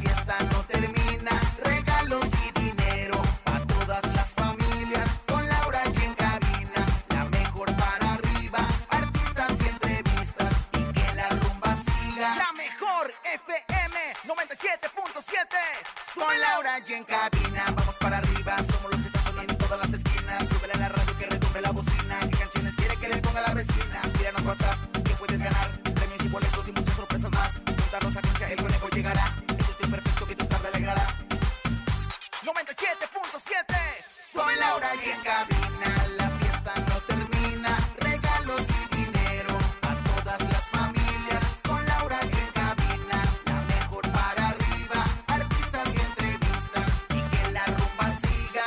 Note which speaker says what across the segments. Speaker 1: fiesta no termina. Regalos y dinero a todas las familias. Con Laura y en cabina, la mejor para arriba. Artistas y entrevistas y que la rumba siga. La mejor FM 97.7. Soy Laura y en cabina, vamos para arriba. Somos los que están sonando en todas las esquinas. Súbele a la radio que retumbe la bocina. ¿Qué canciones quiere que le ponga la vecina? Tíranos WhatsApp, que puedes ganar. Premios y boletos y muchas sorpresas más. Juntarnos a concha, el conejo llegará. Es el tiempo perfecto que tu tarde alegrará. 97.7 Soy Laura y en cabina La fiesta no termina Regalos y dinero A todas las familias Con Laura y en cabina La mejor para arriba Artistas y entrevistas Y que la rumba siga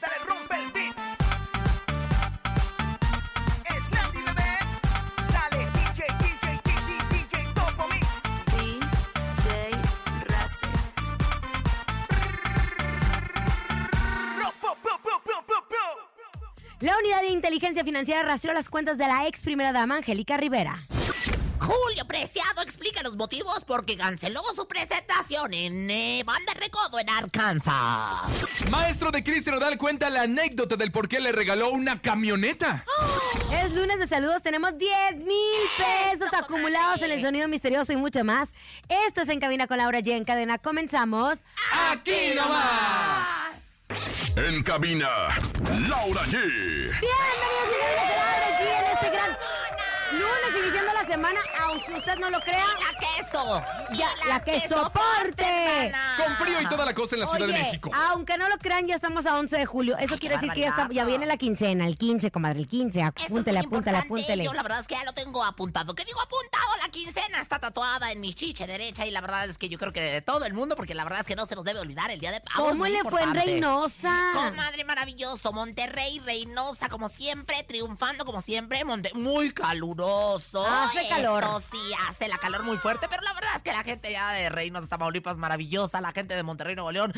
Speaker 1: dale rompe el beat. Slandy bebé, dale DJ, DJ, DJ, DJ, Topo Mix.
Speaker 2: DJ Race.
Speaker 1: Ro, po, po, po, po, po, po.
Speaker 3: La unidad de inteligencia financiera rastreó las cuentas de la ex primera dama Angélica Rivera.
Speaker 4: Julio Preciado explica los motivos por que canceló su presentación en eh, Banda Recodo en Arkansas.
Speaker 5: Maestro de Cris Rodal cuenta la anécdota del por qué le regaló una camioneta.
Speaker 3: Es lunes de saludos, tenemos 10 mil pesos
Speaker 4: Eso,
Speaker 3: acumulados en
Speaker 4: comadre.
Speaker 3: el sonido misterioso y mucho más. Esto es En Cabina con Laura G. En cadena comenzamos.
Speaker 5: ¡Aquí nomás!
Speaker 6: En cabina, Laura G.
Speaker 3: Bienvenidos, bienvenidos a Laura G. En este gran lunes iniciando la semana, aunque usted no lo crea.
Speaker 4: La queso.
Speaker 3: Ya, la que soporte.
Speaker 4: hermana.
Speaker 5: Con frío y toda la cosa en la Ciudad de
Speaker 3: Oye, ah,
Speaker 5: México.
Speaker 3: Aunc- Aunque no lo crean, ya estamos a 11 de julio. Eso
Speaker 4: Ay,
Speaker 3: quiere
Speaker 4: qué
Speaker 3: decir que ya, está- ya
Speaker 4: barbaridad.
Speaker 3: viene la quincena, el 15, comadre, el 15.
Speaker 4: Eso es
Speaker 3: Apúntele,
Speaker 4: muy
Speaker 3: apúntele,
Speaker 4: importante.
Speaker 3: apúntele.
Speaker 4: Yo la verdad es que ya lo tengo apuntado. ¿Qué digo apuntado? La quincena está tatuada en mi chiche derecha y la verdad es que yo creo que de todo el mundo, porque la verdad es que no se nos debe olvidar el día de pago. es
Speaker 3: ¿Cómo
Speaker 4: muy
Speaker 3: le fue en
Speaker 4: importante.
Speaker 3: Reynosa?
Speaker 4: Comadre maravilloso, Monterrey, Reynosa, como siempre, triunfando como siempre, Monte muy caluroso.
Speaker 3: Hace calor.
Speaker 4: Eso sí, hace la calor muy fuerte, pero la verdad es que la gente ya de Reynosa, Tamaulipas, maravillosa, la gente de Monterrey, Nuevo León,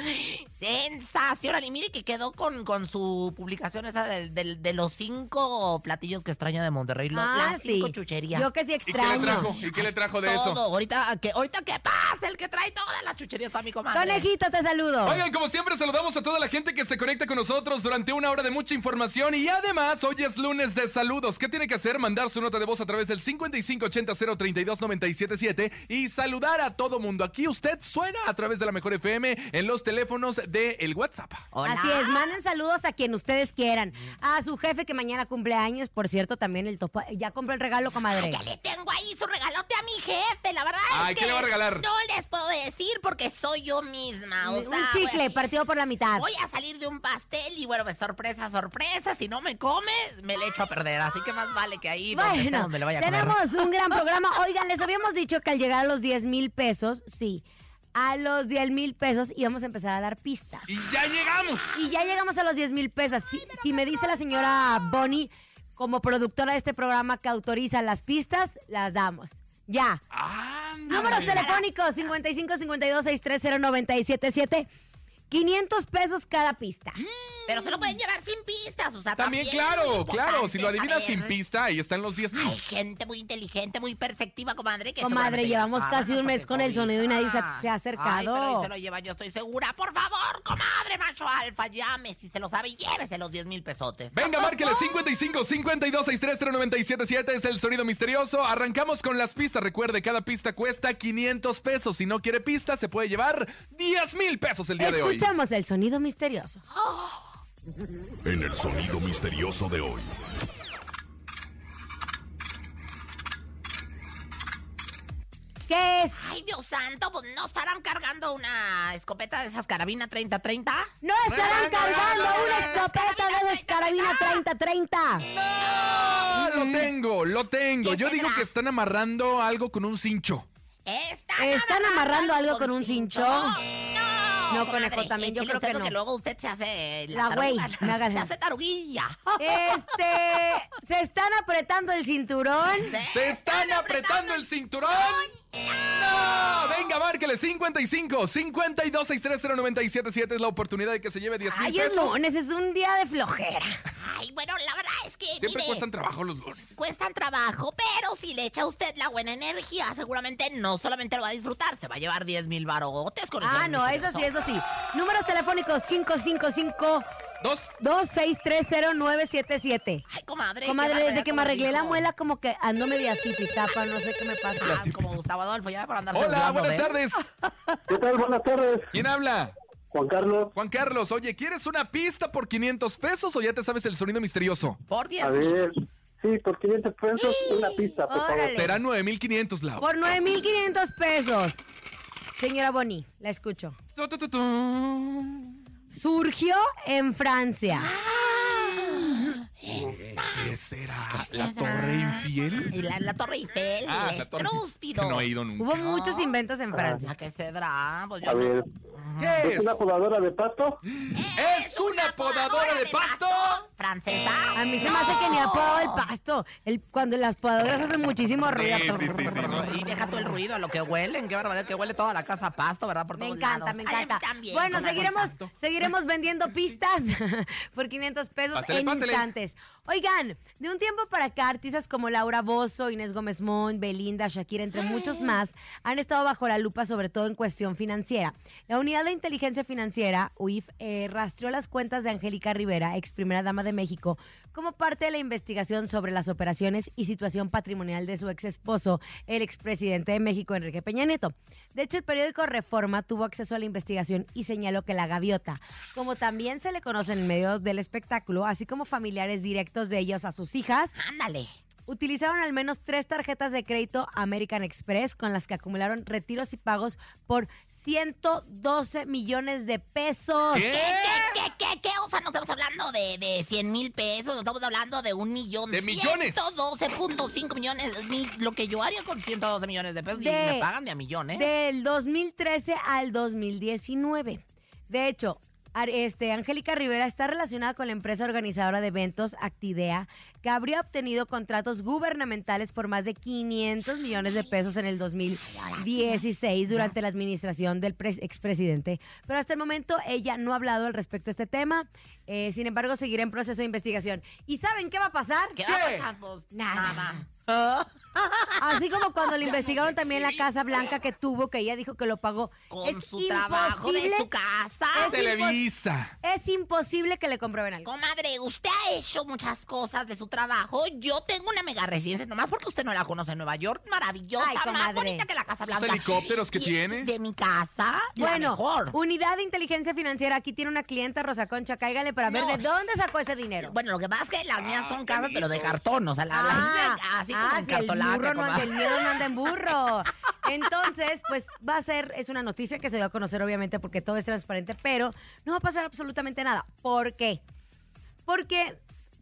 Speaker 4: sensacional. Y mire que quedó con, con su publicación esa del- del- de, los cinco platillos que extraña de Monterrey, lo-
Speaker 3: Ah,
Speaker 4: las cinco
Speaker 3: sí.
Speaker 4: chucherías.
Speaker 3: Yo que sí
Speaker 5: ¿Y qué le
Speaker 3: extraño.
Speaker 5: trajo? ¿Y qué le trajo de
Speaker 4: Todo,
Speaker 5: eso?
Speaker 4: ahorita que, ahorita que pase el que trae todas las chucherías para mi comadre.
Speaker 3: Conejito, te saludo.
Speaker 5: Oigan, como siempre, saludamos a toda la gente que se conecta con nosotros durante una hora de mucha información y además hoy es lunes de saludos. ¿Qué tiene que hacer? Mandar su nota de voz a través del 5580-032-977 y saludar a todo mundo. Aquí usted suena a través de la Mejor FM en los teléfonos del WhatsApp.
Speaker 4: Hola.
Speaker 3: Así es, manden saludos a quien ustedes quieran. A su jefe que mañana cumple años, por cierto, también el topo. Ya compró el regalo, comadre.
Speaker 4: Ya le tengo ahí su regalote a mi jefe, la verdad
Speaker 5: Ay,
Speaker 4: es que
Speaker 5: ¿qué le va a regalar?
Speaker 4: No les puedo decir porque soy yo misma, o sea,
Speaker 3: Un chicle
Speaker 4: voy a-
Speaker 3: partido por la mitad.
Speaker 4: Voy a salir de un pastel y bueno, pues sorpresa, sorpresa, si no me comes, me le echo a perder, así que más vale que ahí donde estemos me lo vaya a comer.
Speaker 3: tenemos un gran programa. Oigan, les habíamos dicho que al llegar a los 10 mil pesos, sí, a los 10 mil pesos íbamos a empezar a dar pistas.
Speaker 5: Y ya llegamos.
Speaker 3: Y ya llegamos a los 10 mil pesos. Si, si me dice la señora Bonnie, como productora de este programa que autoriza las pistas, las damos. Ya.
Speaker 5: Ah,
Speaker 3: Números
Speaker 4: Ándale.
Speaker 3: telefónicos 55 52 630 977 500 pesos cada pista.
Speaker 4: Pero se lo pueden llevar sin pistas, o sea,
Speaker 5: También,
Speaker 4: también es muy
Speaker 5: claro, claro. Si lo
Speaker 4: importante
Speaker 5: adivinas sin
Speaker 4: saber.
Speaker 5: pista, ahí están los 10 mil.
Speaker 4: Hay gente muy inteligente, muy perceptiva, comadre. Que
Speaker 3: Comadre,
Speaker 4: seguramente ya
Speaker 3: llevamos
Speaker 4: saben,
Speaker 3: casi un
Speaker 4: porque
Speaker 3: mes con el
Speaker 4: COVID.
Speaker 3: sonido y nadie se-
Speaker 4: Ah.
Speaker 3: se ha acercado.
Speaker 4: Ay, pero ahí se lo lleva, yo estoy segura. Por favor, comadre, macho alfa, llame. Si se lo sabe, llévese los 10 mil pesotes.
Speaker 5: Venga, márquele 55 52 63 977 es el sonido misterioso. Arrancamos con las pistas. Recuerde, cada pista cuesta 500 pesos. Si no quiere pista, se puede llevar 10 mil pesos el día de hoy.
Speaker 3: Escuchamos el sonido misterioso.
Speaker 6: En el sonido misterioso de hoy.
Speaker 3: ¿Qué es?
Speaker 4: Ay, Dios santo, pues no estarán cargando una escopeta de esas carabina 30-30.
Speaker 3: No estarán cargando una escopeta de es Carabina 3030.
Speaker 5: ¡Ah, lo tengo, lo tengo.
Speaker 4: ¿Qué
Speaker 5: Yo digo
Speaker 4: será?
Speaker 5: que están amarrando algo con un cincho.
Speaker 4: Están,
Speaker 3: ¿Están amarrando algo con un cincho?
Speaker 4: No,
Speaker 3: No,
Speaker 4: comadre,
Speaker 3: conejo, también yo
Speaker 4: échele
Speaker 3: creo
Speaker 4: usted
Speaker 3: que
Speaker 4: porque
Speaker 3: no.
Speaker 4: luego usted se hace
Speaker 3: La güey,
Speaker 4: taruga,
Speaker 3: me hagas-
Speaker 4: se hace taruguilla.
Speaker 3: Este, se están apretando el cinturón.
Speaker 5: ¡Se están apretando el cinturón! ¡No! Venga, márquele 55 52 630 977 es la oportunidad de que se lleve 10 pues,
Speaker 3: Ay,
Speaker 5: mil
Speaker 3: es
Speaker 5: pesos.
Speaker 3: lunes, es un día de flojera.
Speaker 4: Ay, bueno, la verdad es que,
Speaker 5: Siempre
Speaker 4: mire,
Speaker 5: cuestan trabajo los lunes.
Speaker 4: cuestan trabajo, pero si le echa a usted la buena energía, seguramente no solamente lo va a disfrutar, se va a llevar 10 mil barogotes con el
Speaker 3: Ah,
Speaker 4: Sol
Speaker 3: no, eso
Speaker 4: Misterioso.
Speaker 3: sí, eso sí. Números telefónicos 555
Speaker 5: Dos.
Speaker 3: 2630977.
Speaker 4: Ay,
Speaker 3: Comadre,
Speaker 4: comadre. qué
Speaker 3: desde
Speaker 4: barbaridad,
Speaker 3: que me
Speaker 4: como
Speaker 3: arreglé la
Speaker 4: dijo.
Speaker 3: muela, como que ando media tapa, no sé qué me pasa.
Speaker 4: Ah, como Gustavo Adolfo, ya para andar
Speaker 5: Hola,
Speaker 4: burlando, ¿ve?
Speaker 5: buenas tardes.
Speaker 7: ¿Qué tal? Buenas tardes,
Speaker 5: ¿Quién habla?
Speaker 7: Juan Carlos.
Speaker 5: Juan Carlos, oye, ¿quieres una pista por 500 pesos o ya te sabes el sonido misterioso?
Speaker 4: Por 10
Speaker 7: A
Speaker 4: mil.
Speaker 7: ver, sí, por 500 pesos, una pista, por favor.
Speaker 3: Órale.
Speaker 5: Será 9500, Lau.
Speaker 3: Por 9,500 pesos. Señora Bonnie, la escucho.
Speaker 5: Tu, tu, tu, tu.
Speaker 3: Surgió en Francia.
Speaker 5: ¿Qué será? ¿La Torre Infiel?
Speaker 4: Y la, la Torre Eiffel,
Speaker 5: Ah,
Speaker 4: el
Speaker 5: la Torre Infiel.
Speaker 4: estrúspido.
Speaker 5: Que no he ido nunca.
Speaker 3: Hubo muchos inventos en Francia.
Speaker 4: ¿A qué se dará? Pues yo
Speaker 7: A
Speaker 4: no-
Speaker 7: ver,
Speaker 5: ¿Qué
Speaker 8: Pues.
Speaker 7: ¿es una jugadora de pasto?
Speaker 5: ¿Es una podadora de pasto? Ah.
Speaker 4: ¿Francesa?
Speaker 3: A mí se me hace que ni ha podado el pasto. El, cuando las podadoras hacen muchísimo ruido.
Speaker 5: Sí, sí, sí, sí, no.
Speaker 4: Y deja todo el ruido a lo que huelen. Qué barbaridad que huele toda la casa a pasto, ¿verdad? Por
Speaker 3: Me
Speaker 4: todos
Speaker 3: encanta,
Speaker 4: lados.
Speaker 3: me
Speaker 4: Ay, a mí
Speaker 3: encanta.
Speaker 4: también,
Speaker 3: bueno,
Speaker 4: comadre.
Speaker 3: seguiremos, seguiremos vendiendo pistas por 500 pesos
Speaker 5: Pásele,
Speaker 3: en
Speaker 5: pásele.
Speaker 3: instantes. Oigan, de un tiempo para acá, artistas como Laura Bozo, Inés Gómez Mont, Belinda, Shakira, entre muchos más, han estado bajo la lupa, sobre todo en cuestión financiera. La Unidad de Inteligencia Financiera, UIF, eh, rastreó las cuentas de Angélica Rivera, ex primera dama de México, como parte de la investigación sobre las operaciones y situación patrimonial de su ex esposo, el expresidente de México, Enrique Peña Nieto. De hecho, el periódico Reforma tuvo acceso a la investigación y señaló que la gaviota, como también se le conoce en el medio del espectáculo, así como familiares directos de ellos a sus hijas,
Speaker 4: Ándale.
Speaker 3: utilizaron al menos tres tarjetas de crédito American Express con las que acumularon retiros y pagos por 112 millones de pesos.
Speaker 5: ¿Qué?
Speaker 4: ¿Qué,
Speaker 3: Eh.
Speaker 4: qué, qué, qué, qué? O sea, no estamos hablando de, de 100 mil pesos, no estamos hablando de un millón.
Speaker 5: De millones.
Speaker 4: 112.5 millones. mi- lo que yo haría con 112 millones de pesos. y
Speaker 3: De-
Speaker 4: me pagan de a millones.
Speaker 3: Del 2013 al 2019. De hecho, Ar- este, Angélica Rivera está relacionada con la empresa organizadora de eventos Actidea, que habría obtenido contratos gubernamentales por más de 500 millones de pesos en el 2016 durante la administración del pres- expresidente. Pero hasta el momento ella no ha hablado al respecto de este tema. Eh, sin embargo, seguirá en proceso de investigación. ¿Y saben qué va a pasar?
Speaker 4: ¿Qué va a
Speaker 5: ¿Qué?
Speaker 4: pasar? Pues,
Speaker 3: Nada.
Speaker 4: nada.
Speaker 3: Así como cuando le investigaron también la Casa Blanca que tuvo, que ella dijo que lo pagó.
Speaker 4: Con su trabajo de
Speaker 3: imposible-
Speaker 4: su casa.
Speaker 3: Es
Speaker 5: pues. Televisa.
Speaker 3: Es imposible que le comprueben algo.
Speaker 4: Comadre, usted ha hecho muchas cosas de su trabajo. Yo tengo una mega residencia, nomás porque usted no la conoce en Nueva York, maravillosa,
Speaker 3: Ay,
Speaker 4: más
Speaker 3: comadre.
Speaker 4: bonita que la Casa
Speaker 5: Esos
Speaker 4: Blanca.
Speaker 5: helicópteros que
Speaker 4: Y-
Speaker 5: tiene.
Speaker 4: De mi casa, la
Speaker 3: Bueno,
Speaker 4: mejor.
Speaker 3: unidad de inteligencia financiera. Aquí tiene una clienta, Rosa Concha. Cáigale para ver
Speaker 4: No.
Speaker 3: de dónde sacó ese dinero.
Speaker 4: Bueno, lo que pasa es que las mías
Speaker 5: Ah,
Speaker 4: son casas, pero de cartón, o sea, la-
Speaker 3: Ah,
Speaker 4: las- así
Speaker 3: ah,
Speaker 4: como en
Speaker 3: si el burro
Speaker 4: cartolaca,
Speaker 3: no, anda- el miedo no anda en burro. Entonces, pues va a ser, es una noticia que se dio a conocer obviamente porque todo es transparente, pero no va a pasar absolutamente nada. ¿Por qué? Porque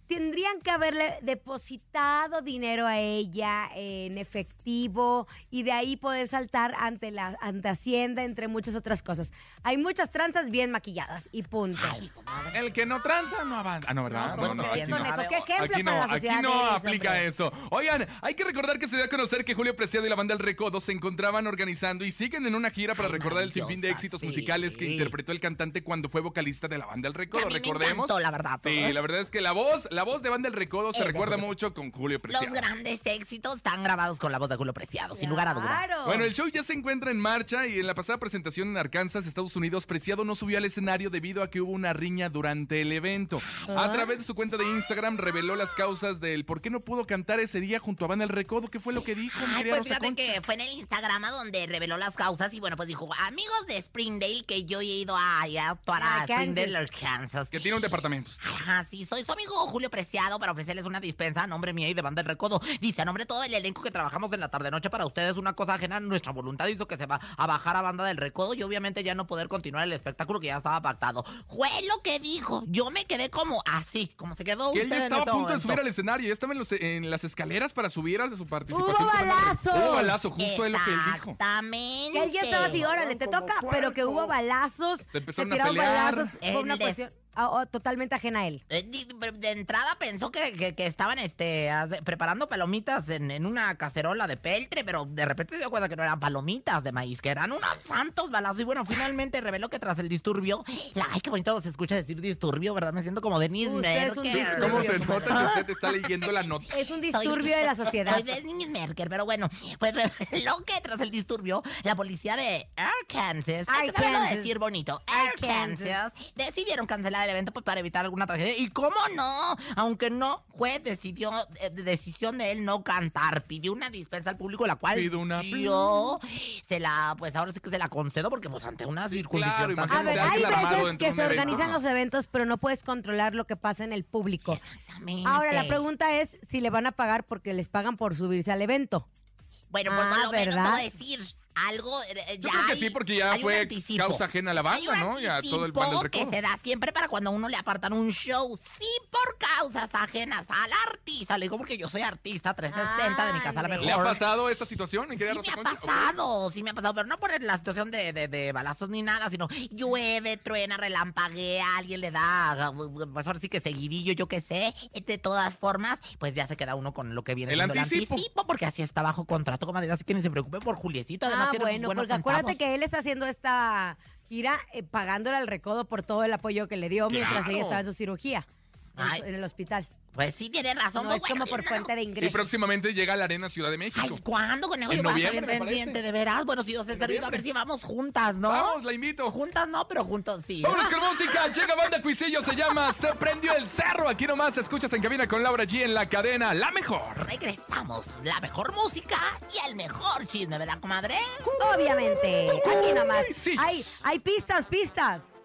Speaker 3: tendrían que haberle depositado dinero a ella en efectivo y de ahí poder saltar ante la ante Hacienda, entre muchas otras cosas. Hay muchas tranzas bien maquilladas y punto.
Speaker 4: Ay, comadre.
Speaker 5: El que no tranza no avanza. Ah, no, ¿verdad?
Speaker 4: No,
Speaker 5: No, no,
Speaker 4: pues,
Speaker 5: aquí
Speaker 4: ¿quién
Speaker 5: no.
Speaker 4: conejo?
Speaker 3: ¿Qué ejemplo para
Speaker 5: Aquí no,
Speaker 3: la
Speaker 5: aquí
Speaker 3: sociedad
Speaker 5: no
Speaker 3: eres,
Speaker 5: aplica
Speaker 3: hombre?
Speaker 5: eso. Oigan, hay que recordar que se dio a conocer que Julio Preciado y la banda El Recodo se encontraban organizando y siguen en una gira para
Speaker 4: Ay,
Speaker 5: recordar el sinfín de
Speaker 4: maravillosa,
Speaker 5: éxitos
Speaker 4: sí.
Speaker 5: musicales que interpretó el cantante cuando fue vocalista de la banda El
Speaker 4: Que
Speaker 5: Recodo.
Speaker 4: a mí me
Speaker 5: Recordemos.
Speaker 4: encantó, la verdad. todo,
Speaker 5: Sí,
Speaker 4: ¿eh?
Speaker 5: la verdad es que la voz, la voz de banda El Recodo se
Speaker 4: Es de
Speaker 5: recuerda
Speaker 4: Julio
Speaker 5: mucho con Julio
Speaker 4: Los
Speaker 5: Preciado.
Speaker 4: grandes éxitos están grabados con la voz de Julio Preciado, sin lugar a dudas.
Speaker 3: Claro.
Speaker 5: Bueno, el show ya se encuentra en marcha y en la pasada presentación en Arkansas, Estados Unidos, Preciado no subió al escenario debido a que hubo una riña durante el evento. A través de su cuenta de Instagram reveló las causas del por qué no pudo cantar ese día junto a Van el Recodo. ¿Qué fue lo que dijo? mi
Speaker 4: Ay,
Speaker 5: querida
Speaker 4: pues
Speaker 5: Rosa
Speaker 4: fíjate
Speaker 5: Concha?
Speaker 4: que fue en el Instagram a donde reveló las causas y bueno, pues dijo, amigos de Springdale, que yo he ido a, a actuar a
Speaker 3: Ah, Kansas.
Speaker 4: Springdale, Kansas.
Speaker 5: Que tiene un departamento.
Speaker 4: Ajá, sí, soy su amigo Julio Julio Preciado para ofrecerles una dispensa a nombre mío y de Banda del Recodo. Dice, a nombre de todo el elenco que trabajamos en la tarde-noche para ustedes, una cosa ajena a nuestra voluntad hizo que se va a bajar a Banda del Recodo y obviamente ya no poder continuar el espectáculo que ya estaba pactado. Fue lo que dijo. Yo me quedé como así, como se quedó
Speaker 5: Que
Speaker 4: usted
Speaker 5: él ya
Speaker 4: en
Speaker 5: estaba
Speaker 4: este
Speaker 5: a punto de
Speaker 4: momento.
Speaker 5: subir al escenario, ya estaba en, los- en las escaleras para subir a su participación.
Speaker 3: ¡Hubo
Speaker 5: con la madre.
Speaker 3: balazos!
Speaker 5: Hubo balazo, justo es lo que él dijo.
Speaker 4: Exactamente.
Speaker 3: Que él ya estaba así, órale, te toca, pero que hubo balazos,
Speaker 5: Se empezaron a
Speaker 3: tiraron
Speaker 5: pelear.
Speaker 3: balazos, fue una
Speaker 4: Él es-
Speaker 3: cuestión ah, oh, totalmente ajena a él.
Speaker 4: Eh, di- De de entrada pensó que, que- que estaban este, hace- preparando palomitas en, en una cacerola de peltre, pero de repente se dio cuenta que no eran palomitas de maíz, que eran unos santos balazos. Y bueno, finalmente reveló que tras el disturbio, la- ay, qué bonito se escucha decir disturbio, ¿verdad? Me siento como Denise
Speaker 3: Usted es un
Speaker 5: Sí,
Speaker 4: Merker.
Speaker 3: disturbio.
Speaker 5: ¿Cómo se nota que usted está leyendo la nota?
Speaker 3: Es un disturbio de la sociedad.
Speaker 4: Soy Denise Merker, pero bueno, pues reveló que tras el disturbio, la policía de Arkansas, hay que saberlo
Speaker 3: Arkansas.
Speaker 4: decir bonito,
Speaker 3: Arkansas.
Speaker 4: Arkansas, decidieron cancelar el evento pues, para evitar alguna tragedia. ¿Y cómo no? Aunque no, juez decidió, eh, de decisión de él no cantar, pidió una dispensa al público, la cual
Speaker 5: Pido una
Speaker 4: yo se la, pues ahora sí que se la concedo porque pues ante una circunstancia
Speaker 5: claro,
Speaker 4: tan pues,
Speaker 3: A ver,
Speaker 5: Se
Speaker 3: hay
Speaker 5: hace el armado
Speaker 3: veces
Speaker 5: dentro
Speaker 3: que
Speaker 5: de un
Speaker 3: se
Speaker 5: evento.
Speaker 3: organizan los eventos, pero no puedes controlar lo que pasa en el público.
Speaker 4: Exactamente.
Speaker 3: Ahora, la pregunta es si le van a pagar porque les pagan por subirse al evento.
Speaker 4: Bueno, pues por
Speaker 3: Ah,
Speaker 4: lo menos
Speaker 3: ¿verdad?
Speaker 4: puedo decir algo. eh, eh,
Speaker 5: Yo
Speaker 4: ya
Speaker 5: creo que
Speaker 4: hay-
Speaker 5: sí, porque ya
Speaker 4: hay un
Speaker 5: fue
Speaker 4: anticipo.
Speaker 5: causa ajena a la
Speaker 4: Hay un
Speaker 5: banda, ¿no? Ya todo el pan del
Speaker 4: anticipo que
Speaker 5: recodo.
Speaker 4: se da siempre para cuando a uno le apartan un show. Sí, por causas ajenas al artista. Le digo porque yo soy artista 360 de mi casa a la
Speaker 3: Ande.
Speaker 4: mejor.
Speaker 5: ¿Le ha pasado esta situación? mi
Speaker 4: Sí
Speaker 5: querida
Speaker 4: me
Speaker 5: Rosa
Speaker 4: ha
Speaker 5: Concha?
Speaker 4: pasado, sí me ha pasado, pero no por la situación de, de- de balazos ni nada, sino llueve, truena, relampaguea, alguien le da, pues ahora sí que seguidillo, yo qué sé. De todas formas, pues ya se queda uno con lo que viene
Speaker 5: El
Speaker 4: siendo
Speaker 5: anticipo.
Speaker 4: porque así está bajo contrato, comadre, así que ni se preocupe por Juliecito, además
Speaker 3: Ah,
Speaker 4: tiene sus
Speaker 3: bueno,
Speaker 4: buenos
Speaker 3: porque acuérdate
Speaker 4: centavos.
Speaker 3: que él está haciendo esta gira eh, pagándole al recodo por todo el apoyo que le dio mientras
Speaker 5: Claro.
Speaker 3: ella estaba en su cirugía en
Speaker 4: Ay.
Speaker 3: su- en el hospital.
Speaker 4: Pues sí, tiene razón.
Speaker 3: No
Speaker 4: pues
Speaker 3: es
Speaker 4: bueno,
Speaker 3: como por
Speaker 4: no.
Speaker 3: fuente de
Speaker 5: Y
Speaker 3: ingresos.
Speaker 5: próximamente llega a la Arena Ciudad de
Speaker 4: Ay,
Speaker 5: México.
Speaker 4: ¿cuándo, conejo?
Speaker 5: En
Speaker 4: Yo voy a
Speaker 5: noviembre,
Speaker 4: salir
Speaker 5: me parece.
Speaker 4: pendiente, de veras. Bueno, si Dios
Speaker 5: En
Speaker 4: es servido, a ver
Speaker 5: noviembre.
Speaker 4: si vamos juntas, ¿no?
Speaker 5: Vamos, la invito.
Speaker 4: Juntas no, pero juntos sí.
Speaker 5: Vámonos con música, llega banda Cuisillo, se llama Se Prendió el Cerro. Aquí nomás escuchas en cabina con Laura G en la cadena, la mejor.
Speaker 4: Regresamos, la mejor música y el mejor chisme, ¿verdad, comadre?
Speaker 3: Obviamente. Aquí nomás.
Speaker 5: Uy, sí.
Speaker 3: Hay, hay pistas, pistas.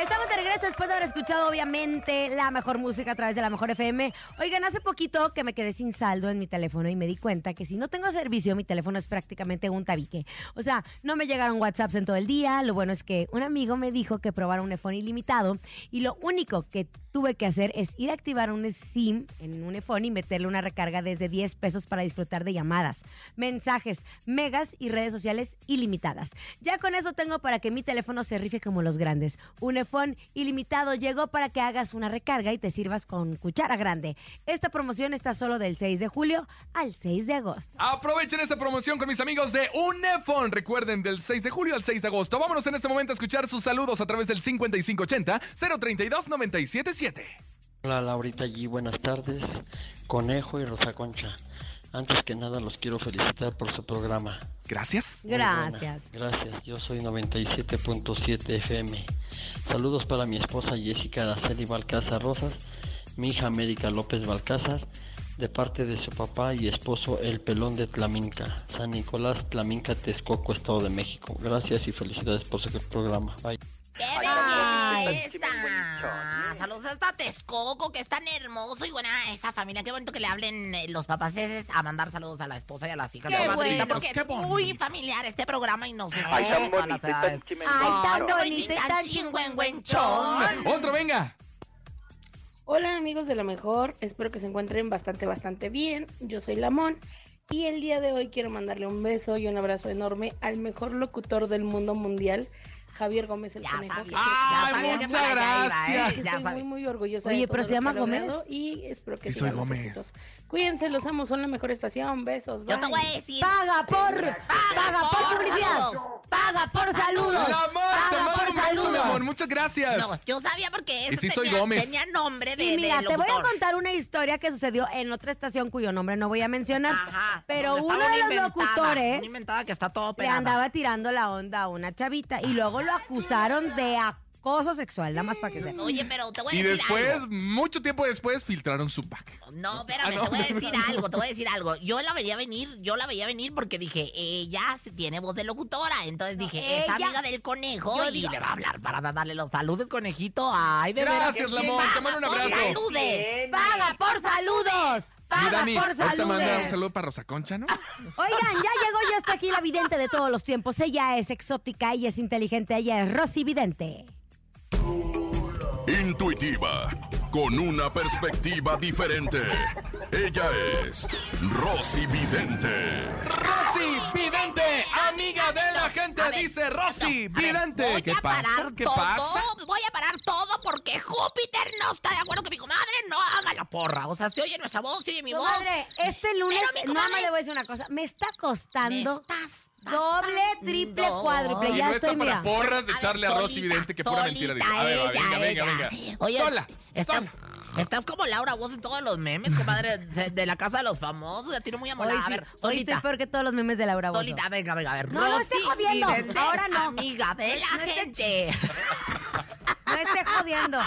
Speaker 3: Estamos de regreso después de haber escuchado, obviamente, la mejor música a través de la mejor FM. Oigan, hace poquito que me quedé sin saldo en mi teléfono y me di cuenta que si no tengo servicio, mi teléfono es prácticamente un tabique. O sea, no me llegaron WhatsApps en todo el día. Lo bueno es que un amigo me dijo que probara un iPhone ilimitado y lo único que tuve que hacer es ir a activar un SIM en un iPhone y meterle una recarga desde 10 pesos para disfrutar de llamadas, mensajes, megas y redes sociales ilimitadas. Ya con eso tengo para que mi teléfono se rife como los grandes. Un iPhone ilimitado llegó para que hagas una recarga y te sirvas con cuchara grande. Esta promoción está solo del 6 de julio al 6 de agosto.
Speaker 5: Aprovechen esta promoción con mis amigos de Unefon. Recuerden, del 6 de julio al 6 de agosto. Vámonos en este momento a escuchar sus saludos a través del 5580-032-977.
Speaker 9: Hola Laurita G, buenas tardes. Conejo y Rosa Concha. Antes que nada los quiero felicitar por su programa.
Speaker 5: Gracias.
Speaker 9: Muy buena.
Speaker 3: Gracias.
Speaker 9: Gracias, yo soy 97.7 FM. Saludos para mi esposa Jessica Araceli Balcázar Rosas, mi hija América López Balcázar, de parte de su papá y esposo El Pelón de Tlaminca, San Nicolás, Tlaminca, Texcoco, Estado de México. Gracias y felicidades por su programa. Bye.
Speaker 4: ¡Qué
Speaker 3: Ay,
Speaker 4: belleza! Saludos hasta Texcoco, que es tan hermoso y buena esa familia. Qué bonito que le hablen eh, los papaceses a mandar saludos a la esposa y a las hijas
Speaker 3: Qué
Speaker 4: de la
Speaker 3: bueno.
Speaker 4: porque
Speaker 5: Qué
Speaker 4: es muy
Speaker 5: bonito.
Speaker 4: familiar este programa y nos escucha
Speaker 10: Ay,
Speaker 4: de
Speaker 10: tan
Speaker 4: todas las
Speaker 10: bonito y tan
Speaker 4: edades.
Speaker 10: chimenguenchón.
Speaker 3: Ay, tan
Speaker 4: Ay,
Speaker 3: bonito y tan
Speaker 4: chingüengüenchón.
Speaker 5: Otro, venga.
Speaker 11: Hola amigos de la mejor, espero que se encuentren bastante, bastante bien. Yo soy Lamón y el día de hoy quiero mandarle un beso y un abrazo enorme al mejor locutor del mundo mundial, Javier Gómez el
Speaker 4: Ya
Speaker 11: Conejo,
Speaker 4: sabía,
Speaker 11: que
Speaker 5: Ay,
Speaker 4: ya sabía que
Speaker 5: muchas
Speaker 4: para allá iba, ¿eh?
Speaker 5: gracias.
Speaker 4: Ya
Speaker 11: Estoy muy,
Speaker 4: sabía.
Speaker 11: muy orgullosa
Speaker 3: Oye,
Speaker 11: de
Speaker 3: pero
Speaker 11: todo
Speaker 3: se
Speaker 11: lo
Speaker 3: llama
Speaker 11: que ha logrado
Speaker 3: Gómez.
Speaker 11: y espero que
Speaker 5: Sí,
Speaker 11: sigan
Speaker 5: soy
Speaker 11: los
Speaker 5: Gómez.
Speaker 11: éxitos. Cuídense, los amo, son la mejor estación. Besos,
Speaker 4: Yo te
Speaker 11: bye.
Speaker 4: voy a decir.
Speaker 3: Paga por, paga por publicidad.
Speaker 4: saludos.
Speaker 3: Paga por saludos.
Speaker 5: La amor, te
Speaker 3: Paga
Speaker 5: mando
Speaker 3: por
Speaker 5: un beso, mi
Speaker 3: saludos.
Speaker 5: amor. Muchas gracias.
Speaker 4: No, yo sabía porque
Speaker 5: Y
Speaker 4: eso
Speaker 5: sí soy
Speaker 4: tenía,
Speaker 5: Gómez.
Speaker 4: tenía nombre de,
Speaker 3: Y mira,
Speaker 4: de
Speaker 3: te voy a
Speaker 4: locutor.
Speaker 3: contar una historia que sucedió en otra estación cuyo nombre no voy a mencionar,
Speaker 4: Ajá,
Speaker 3: pero
Speaker 4: donde
Speaker 3: uno
Speaker 4: estaba
Speaker 3: de
Speaker 4: una
Speaker 3: los
Speaker 4: inventada,
Speaker 3: locutores
Speaker 4: una inventada que está todo
Speaker 3: le
Speaker 4: pegada.
Speaker 3: andaba tirando la onda a una chavita y luego lo acusaron de, a- Acoso sexual, nada más para que sepa.
Speaker 4: Oye, pero te voy a
Speaker 5: Y
Speaker 4: decir
Speaker 5: después,
Speaker 4: algo.
Speaker 5: mucho tiempo después, filtraron su pack.
Speaker 4: No, espérame,
Speaker 5: Ah, no.
Speaker 4: te voy a decir algo, te voy a decir algo. Yo la veía venir, yo la veía venir porque dije, ella se tiene voz de locutora. Entonces dije, es
Speaker 3: ella-
Speaker 4: amiga del conejo
Speaker 3: Yo
Speaker 4: y
Speaker 3: digo-
Speaker 4: le va a hablar para darle los saludos, conejito. Ay, de veras.
Speaker 5: Gracias, Lamón. Te mando un
Speaker 4: ¡Por
Speaker 5: abrazo.
Speaker 4: saludes! ¡Paga por saludos!
Speaker 5: Y
Speaker 4: ¡Paga
Speaker 5: Dani,
Speaker 4: Ah, por
Speaker 5: ahorita manda un
Speaker 4: saludes! Ah.
Speaker 5: saludo para Rosa Concha, ¿no?
Speaker 3: Oigan, ya llegó, ya está aquí la vidente de todos los tiempos. Ella es exótica, ella es inteligente, ella es Rosy Vidente.
Speaker 6: Intuitiva, con una perspectiva diferente. Ella es Rosy Vidente.
Speaker 5: Rosy Vidente, amiga de la gente,
Speaker 4: A ver,
Speaker 5: dice Rosy
Speaker 4: no, a ver,
Speaker 5: Vidente.
Speaker 4: Voy
Speaker 5: ¿Qué
Speaker 4: a
Speaker 5: pasa?
Speaker 4: parar
Speaker 5: ¿Qué
Speaker 4: todo,
Speaker 5: pasa?
Speaker 4: voy a parar todo porque Júpiter no está de acuerdo que mi comadre no haga la porra. O sea, se oye nuestra voz, se oye mi voz.
Speaker 3: Comadre, este lunes,
Speaker 4: Pero mi
Speaker 3: nada
Speaker 4: comadre-
Speaker 3: más le voy a decir una cosa, me está
Speaker 4: Me
Speaker 3: costando
Speaker 4: estás
Speaker 3: doble, triple,
Speaker 4: bastando.
Speaker 3: cuádruple.
Speaker 5: Y
Speaker 3: Ya
Speaker 5: no está
Speaker 3: estoy,
Speaker 5: para
Speaker 3: mira.
Speaker 5: porras de
Speaker 4: A ver,
Speaker 5: echarle a Rosy
Speaker 4: solita,
Speaker 5: Vidente que pura
Speaker 4: solita
Speaker 5: mentira. dice. A ver, a ver,
Speaker 4: ella,
Speaker 5: venga, venga,
Speaker 4: ella.
Speaker 5: venga.
Speaker 4: Oye,
Speaker 5: Sola,
Speaker 4: estás,
Speaker 5: sola.
Speaker 4: estás como Laura Voz en todos los memes, comadre, de, de la casa de los famosos. La tiro muy
Speaker 3: Hoy,
Speaker 4: amolada. a
Speaker 3: sí,
Speaker 4: ver,
Speaker 3: hoy estoy
Speaker 4: solita.
Speaker 3: peor que todos los memes de Laura Bozo.
Speaker 4: Solita, venga, venga, a ver.
Speaker 3: No, no esté
Speaker 4: Rosy
Speaker 3: jodiendo,
Speaker 4: Vidente,
Speaker 3: ahora no.
Speaker 4: Amiga de la
Speaker 3: No esté
Speaker 4: gente.
Speaker 3: No esté jodiendo.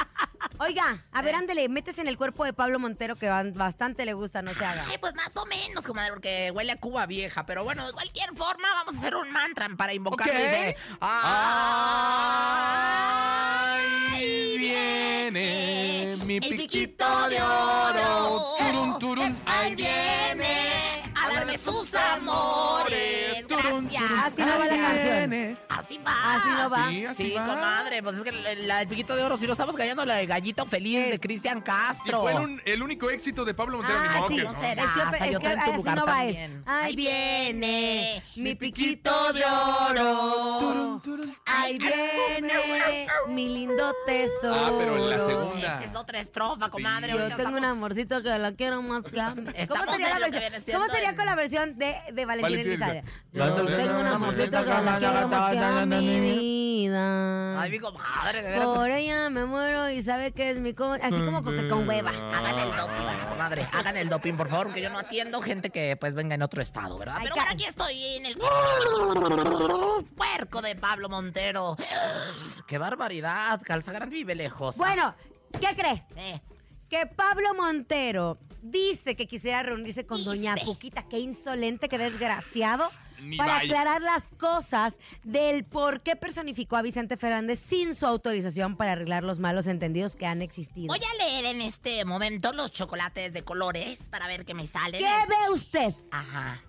Speaker 3: Oiga, a ver, ándele, métese en el cuerpo de Pablo Montero que van- bastante le gusta, no se haga.
Speaker 4: Ay, pues más o menos, comadre, porque huele a Cuba vieja. Pero bueno, de cualquier forma, vamos a hacer un mantra para invocar.
Speaker 5: Ok.
Speaker 4: Dice,
Speaker 5: Ahí viene mi piquito de oro. Turun, turun.
Speaker 4: Ahí viene a darme sus amores.
Speaker 5: Turun, turun.
Speaker 4: Gracias.
Speaker 3: Así no va la canción.
Speaker 4: Así va.
Speaker 3: Así no va.
Speaker 5: Sí, así
Speaker 4: Sí,
Speaker 5: va.
Speaker 4: comadre, pues es que la- la del piquito de oro, si lo estamos callando, la de gallito feliz de Cristian
Speaker 5: Sí,
Speaker 4: Castro.
Speaker 5: fue el, un- el único éxito de Pablo Montero.
Speaker 3: Ah,
Speaker 5: ni modo
Speaker 3: sí,
Speaker 5: que
Speaker 4: no
Speaker 5: no.
Speaker 4: será.
Speaker 3: Es que,
Speaker 4: Hasta
Speaker 3: es
Speaker 4: yo
Speaker 3: que
Speaker 4: estoy en tu
Speaker 3: así
Speaker 4: lugar
Speaker 3: no va es.
Speaker 4: también. Ahí
Speaker 3: Ahí
Speaker 4: viene
Speaker 3: viene mi piquito de
Speaker 5: Turun,
Speaker 3: oro.
Speaker 5: turun.
Speaker 3: Ahí viene mi lindo tesoro.
Speaker 5: Ah, pero en la segunda.
Speaker 4: Esta es otra estrofa, comadre.
Speaker 5: Sí.
Speaker 4: ahorita
Speaker 3: Yo tengo un
Speaker 4: estamos-
Speaker 3: amorcito que la quiero más que a mí.
Speaker 4: Estamos
Speaker 3: ¿Cómo sería,
Speaker 4: en
Speaker 3: la
Speaker 4: lo que viene
Speaker 3: versión,
Speaker 4: siendo
Speaker 3: ¿Cómo sería
Speaker 4: el-
Speaker 3: con la versión de, de Valentín
Speaker 5: Valentín
Speaker 3: Elizalde?
Speaker 5: Elizalde.
Speaker 3: Yo tengo un amorcito que la quiero más que a mi vida.
Speaker 4: Ay, mi comadre, de veras.
Speaker 3: Por ella me muero y sabe que es mi co... Así como con, con hueva.
Speaker 4: Hagan
Speaker 5: Ah,
Speaker 4: el doping, comadre. Hagan el doping, por favor, que yo no atiendo gente que pues venga en otro estado, ¿verdad?
Speaker 3: Ay,
Speaker 4: Pero
Speaker 3: ca-
Speaker 4: bueno, aquí estoy en el puerco de Pablo Montero. ¡Qué barbaridad! Calzagrán vive lejos. Ah,
Speaker 3: Bueno, ¿qué cree?
Speaker 4: Eh,
Speaker 3: Que Pablo Montero dice que quisiera reunirse con
Speaker 4: Dice.
Speaker 3: Doña Cuquita. Qué insolente, qué desgraciado.
Speaker 5: Ni
Speaker 3: para
Speaker 5: vaya.
Speaker 3: aclarar las cosas del por qué personificó a Vicente Fernández sin su autorización para arreglar los malos entendidos que han existido.
Speaker 4: voy a leer en este momento los chocolates de colores para ver qué me salen.
Speaker 3: ¿Qué ve usted?
Speaker 4: Ajá.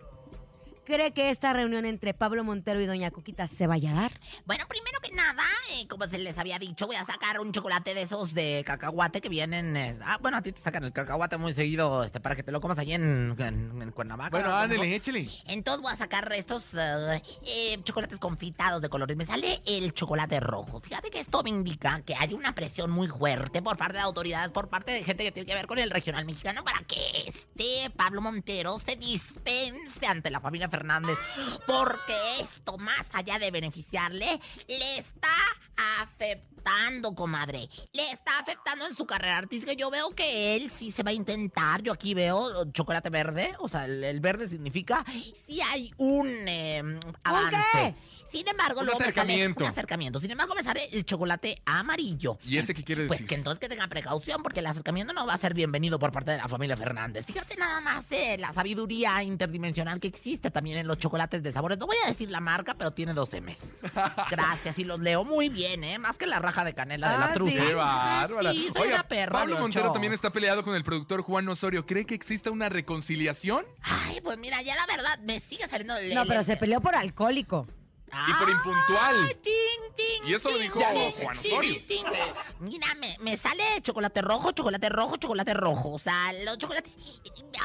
Speaker 3: ¿Cree que esta reunión entre Pablo Montero y Doña Cuquita se vaya a dar?
Speaker 4: Bueno, primero que nada, eh, como se les había dicho, voy a sacar un chocolate de esos de cacahuate que vienen. eh, ah, bueno, a ti te sacan el cacahuate muy seguido este, para que te lo comas allí en, en, en Cuernavaca.
Speaker 5: Bueno,
Speaker 4: Ah, ¿no?
Speaker 5: ándele, échele.
Speaker 4: Entonces voy a sacar estos eh, eh, chocolates confitados de colores. Me sale el chocolate rojo. Fíjate que esto me indica que hay una presión muy fuerte por parte de autoridades, por parte de gente que tiene que ver con el regional mexicano para que este Pablo Montero se dispense ante la familia Fernández. Porque esto, más allá de beneficiarle, le está afectando, comadre. Le está afectando en su carrera artística. Yo veo que él sí se va a intentar. Yo aquí veo oh, chocolate verde. O sea, el, el verde significa sí hay un eh, avance. Sin embargo,
Speaker 5: Un
Speaker 4: luego me sale
Speaker 5: acercamiento.
Speaker 4: un acercamiento. Sin embargo, me sale el chocolate amarillo.
Speaker 5: ¿Y ese qué quiere
Speaker 4: Pues
Speaker 5: decir?
Speaker 4: que entonces que tengan precaución, porque el acercamiento no va a ser bienvenido por parte de la familia Fernández. Fíjate nada más eh, la sabiduría interdimensional que existe también en los chocolates de sabores. No voy a decir la marca, pero tiene 12 meses. Gracias, y los leo muy bien, ¿eh? Más que la raja de canela de
Speaker 3: Ah,
Speaker 4: la
Speaker 3: sí.
Speaker 4: truza.
Speaker 5: Qué bárbara.
Speaker 4: Sí, soy
Speaker 5: Oiga,
Speaker 4: una perra,
Speaker 5: Pablo
Speaker 4: Lucho.
Speaker 5: Montero también está peleado con el productor Juan Osorio. ¿Cree que exista una reconciliación?
Speaker 4: Ay, pues mira, ya la verdad, me sigue saliendo el-
Speaker 3: No,
Speaker 4: el-
Speaker 3: pero se peleó por alcohólico.
Speaker 5: Y por impuntual.
Speaker 4: Ay, ting, ting,
Speaker 5: Y eso lo
Speaker 4: ting,
Speaker 5: dijo
Speaker 4: ting,
Speaker 5: Juan
Speaker 4: ting,
Speaker 5: Osorio.
Speaker 4: ting, ting. Mira, me, me sale chocolate rojo, chocolate rojo, chocolate rojo. O sea, los chocolates.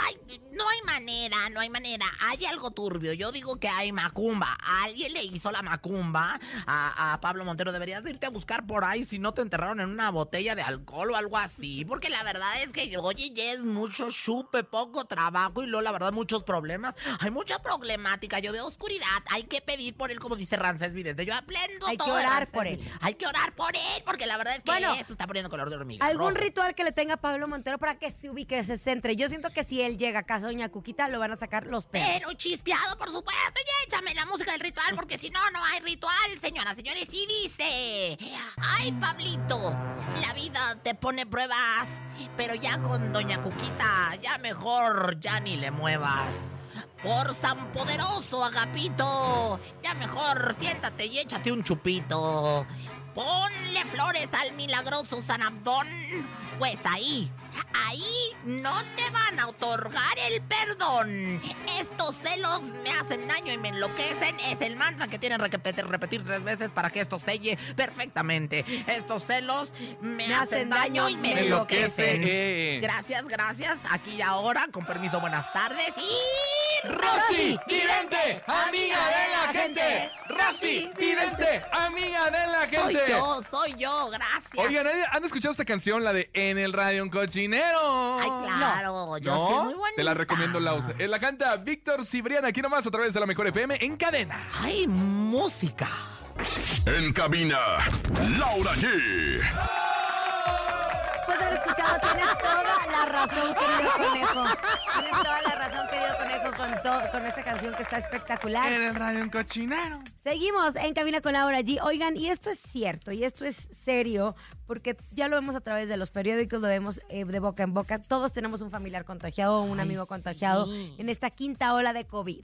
Speaker 4: Ay, no hay manera, no hay manera. Hay algo turbio. Yo digo que hay macumba. Alguien le hizo la macumba a, a Pablo Montero. Deberías de irte a buscar por ahí si no te enterraron en una botella de alcohol o algo así. Porque la verdad es que, oye, ya es mucho chupe, poco trabajo y luego, la verdad, muchos problemas. Hay mucha problemática. Yo veo oscuridad. Hay que pedir por él, como dice Rancés Vidente. Yo aprendo
Speaker 3: Hay que
Speaker 4: todo de
Speaker 3: orar por él.
Speaker 4: Hay que orar por él, porque la verdad es que
Speaker 3: Bueno,
Speaker 4: esto está poniendo color de hormiga.
Speaker 3: ¿Algún
Speaker 4: rojo.
Speaker 3: ritual que le tenga Pablo Montero para que se ubique, se centre? Yo siento que si él llega a casa de Doña Cuquita, lo van a sacar los perros.
Speaker 4: Pero chispeado, por supuesto, y échame la música del ritual, porque si no, no hay ritual, señoras, señores. Y dice, ay, Pablito, la vida te pone pruebas, pero ya con Doña Cuquita, ya mejor, ya ni le muevas. Por San Poderoso, Agapito, ya mejor, siéntate y échate un chupito. Ponle flores al milagroso San Abdón, pues ahí, ahí no te van a otorgar el perdón. Estos celos me hacen daño y me enloquecen. Es el mantra que tienen que repetir, repetir tres veces para que esto selle perfectamente. Estos celos me, hacen daño, y me,
Speaker 3: me
Speaker 4: enloquecen.
Speaker 5: enloquece, eh.
Speaker 4: Gracias, gracias. Aquí y ahora, con permiso, buenas tardes y...
Speaker 5: Rosy, vidente, amiga de la gente. Rosy, vidente, amiga de la
Speaker 4: Soy
Speaker 5: gente.
Speaker 4: yo, soy yo, gracias.
Speaker 5: Oigan, ¿han han escuchado esta canción? La de En el radio un cochinero.
Speaker 4: Ay, claro, yo
Speaker 5: ¿No?
Speaker 4: soy muy bonita.
Speaker 5: Te la recomiendo, Laus. Eh, La canta Víctor Cibrián aquí nomás a través de la Mejor FM en cadena.
Speaker 4: Ay, música.
Speaker 6: En cabina, Laura G.
Speaker 3: Después de haber escuchado, tienes toda la razón, querido conejo. Tienes toda la razón, querido conejo, con, to- con esta canción que está espectacular.
Speaker 5: En el radio un cochinero.
Speaker 3: Seguimos en Cabina con Laura G. Oigan, y esto es cierto, y esto es serio, porque ya lo vemos a través de los periódicos, lo vemos eh, de boca en boca. Todos tenemos un familiar contagiado o un
Speaker 4: Ay,
Speaker 3: amigo contagiado
Speaker 4: sí.
Speaker 3: en esta quinta ola de COVID.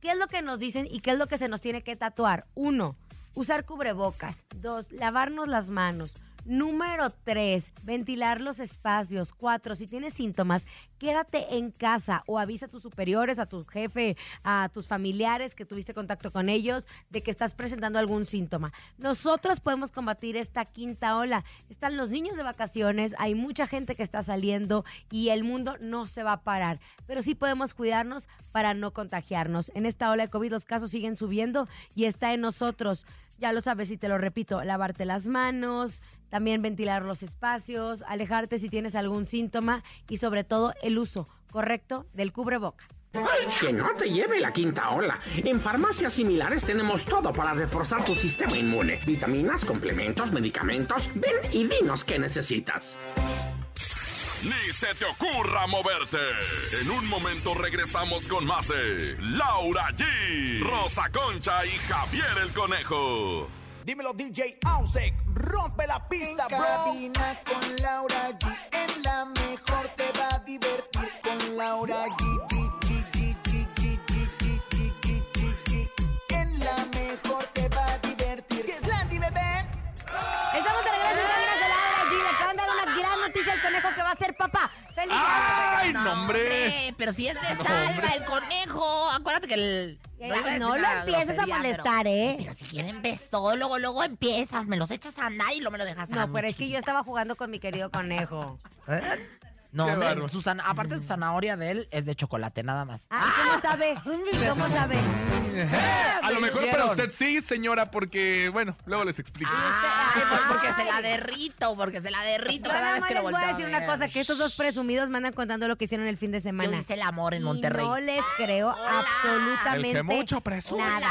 Speaker 3: ¿Qué es lo que nos dicen y qué es lo que se nos tiene que tatuar? Uno, usar cubrebocas. Dos, lavarnos las manos. Número tres, ventilar los espacios. Cuatro, si tienes síntomas, quédate en casa o avisa a tus superiores, a tu jefe, a tus familiares que tuviste contacto con ellos de que estás presentando algún síntoma. Nosotros podemos combatir esta quinta ola. Están los niños de vacaciones, hay mucha gente que está saliendo y el mundo no se va a parar, pero sí podemos cuidarnos para no contagiarnos. En esta ola de COVID los casos siguen subiendo y está en nosotros. Ya lo sabes y te lo repito, lavarte las manos, también ventilar los espacios, alejarte si tienes algún síntoma y sobre todo el uso correcto del cubrebocas.
Speaker 10: Que no te lleve la quinta ola. En farmacias similares tenemos todo para reforzar tu sistema inmune. Vitaminas, complementos, medicamentos. Ven y dinos qué necesitas.
Speaker 6: Ni se te ocurra moverte. En un momento regresamos con más de Laura G, Rosa Concha y Javier el Conejo.
Speaker 1: Dímelo DJ Ausek, rompe la pista, bro. Cabina con Laura G, en la mejor te va a divertir con Laura G. G, G, G, G, G, G, G, G, G, G, G. En la mejor te va a divertir. ¿Qué plan, bebé?
Speaker 3: Estamos de regreso en Cabina con Laura G. Le acaban de dar una gran noticia al conejo que va a ser papá. ¡Felicidades!
Speaker 5: ¡Ay, no, hombre!
Speaker 4: Pero si es de salva el conejo. Acuérdate que el.
Speaker 3: Ya,
Speaker 4: iba a decir
Speaker 3: Eh, no lo
Speaker 4: una
Speaker 3: empieces a
Speaker 4: grosería,
Speaker 3: molestar,
Speaker 4: pero-
Speaker 3: ¿eh?
Speaker 4: Pero si quieren beso, luego, luego empiezas, me los echas a andar y lo me lo dejas a
Speaker 3: No,
Speaker 4: mí,
Speaker 3: pero es que yo
Speaker 4: chiquita.
Speaker 3: estaba jugando con mi querido conejo.
Speaker 4: ¿Eh? No,
Speaker 5: Qué
Speaker 4: hombre,
Speaker 5: bárbaro.
Speaker 4: su zana- aparte su zanahoria de él es de chocolate, nada más.
Speaker 3: Ah, ¿y ¿cómo sabe? ¿Cómo sabe?
Speaker 5: A lo mejor para
Speaker 4: Eh, dijeron.
Speaker 5: usted sí, señora, porque, bueno, luego les explico.
Speaker 4: Ah, pues porque se la
Speaker 3: Ay.
Speaker 4: derrito, porque se la derrito
Speaker 3: Yo
Speaker 4: cada
Speaker 3: nada
Speaker 4: vez
Speaker 3: más
Speaker 4: que lo
Speaker 3: les voy
Speaker 4: volteo
Speaker 3: a decir una
Speaker 4: ver.
Speaker 3: cosa, que estos dos presumidos me andan contando lo que hicieron el fin de
Speaker 4: Yo
Speaker 3: semana.
Speaker 4: hice el amor en Monterrey.
Speaker 3: Y no les creo
Speaker 4: Hola.
Speaker 5: El que
Speaker 3: absolutamente
Speaker 5: mucho presume.
Speaker 3: nada.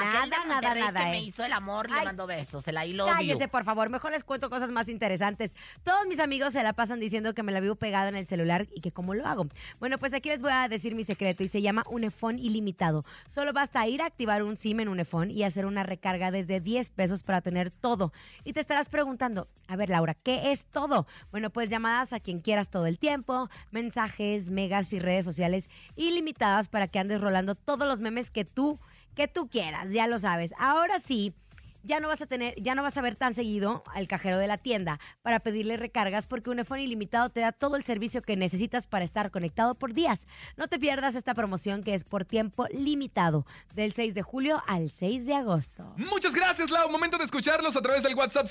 Speaker 4: Hola, aquel de
Speaker 3: Nada, nada,
Speaker 4: Monterrey
Speaker 3: nada,
Speaker 4: que me
Speaker 3: eh.
Speaker 4: hizo el amor le
Speaker 3: Ay.
Speaker 4: mandó besos, se la hilo
Speaker 3: Cállese, por favor. Mejor les cuento cosas más interesantes. Todos mis amigos se la pasan diciendo que me la vivo pegada en el celular y que cómo lo hago. Bueno, pues aquí les voy a decir mi secreto y se llama Unefón ilimitado. Solo basta ir a activar un SIM en Unefón y hacer una recarga desde 10 pesos para tener todo. Y te estarás preguntando, a ver, Laura, ¿qué es todo? Bueno, pues llamadas a quien quieras todo el tiempo, mensajes, megas y redes sociales ilimitadas para que andes rolando todos los memes que tú que tú quieras, ya lo sabes. Ahora sí, ya no vas a tener, ya no vas a ver tan seguido al cajero de la tienda para pedirle recargas porque Unifone Ilimitado te da todo el servicio que necesitas para estar conectado por días. No te pierdas esta promoción que es por tiempo limitado, del 6 de julio al 6 de agosto.
Speaker 5: Muchas gracias, Lau. Momento de escucharlos a través del WhatsApp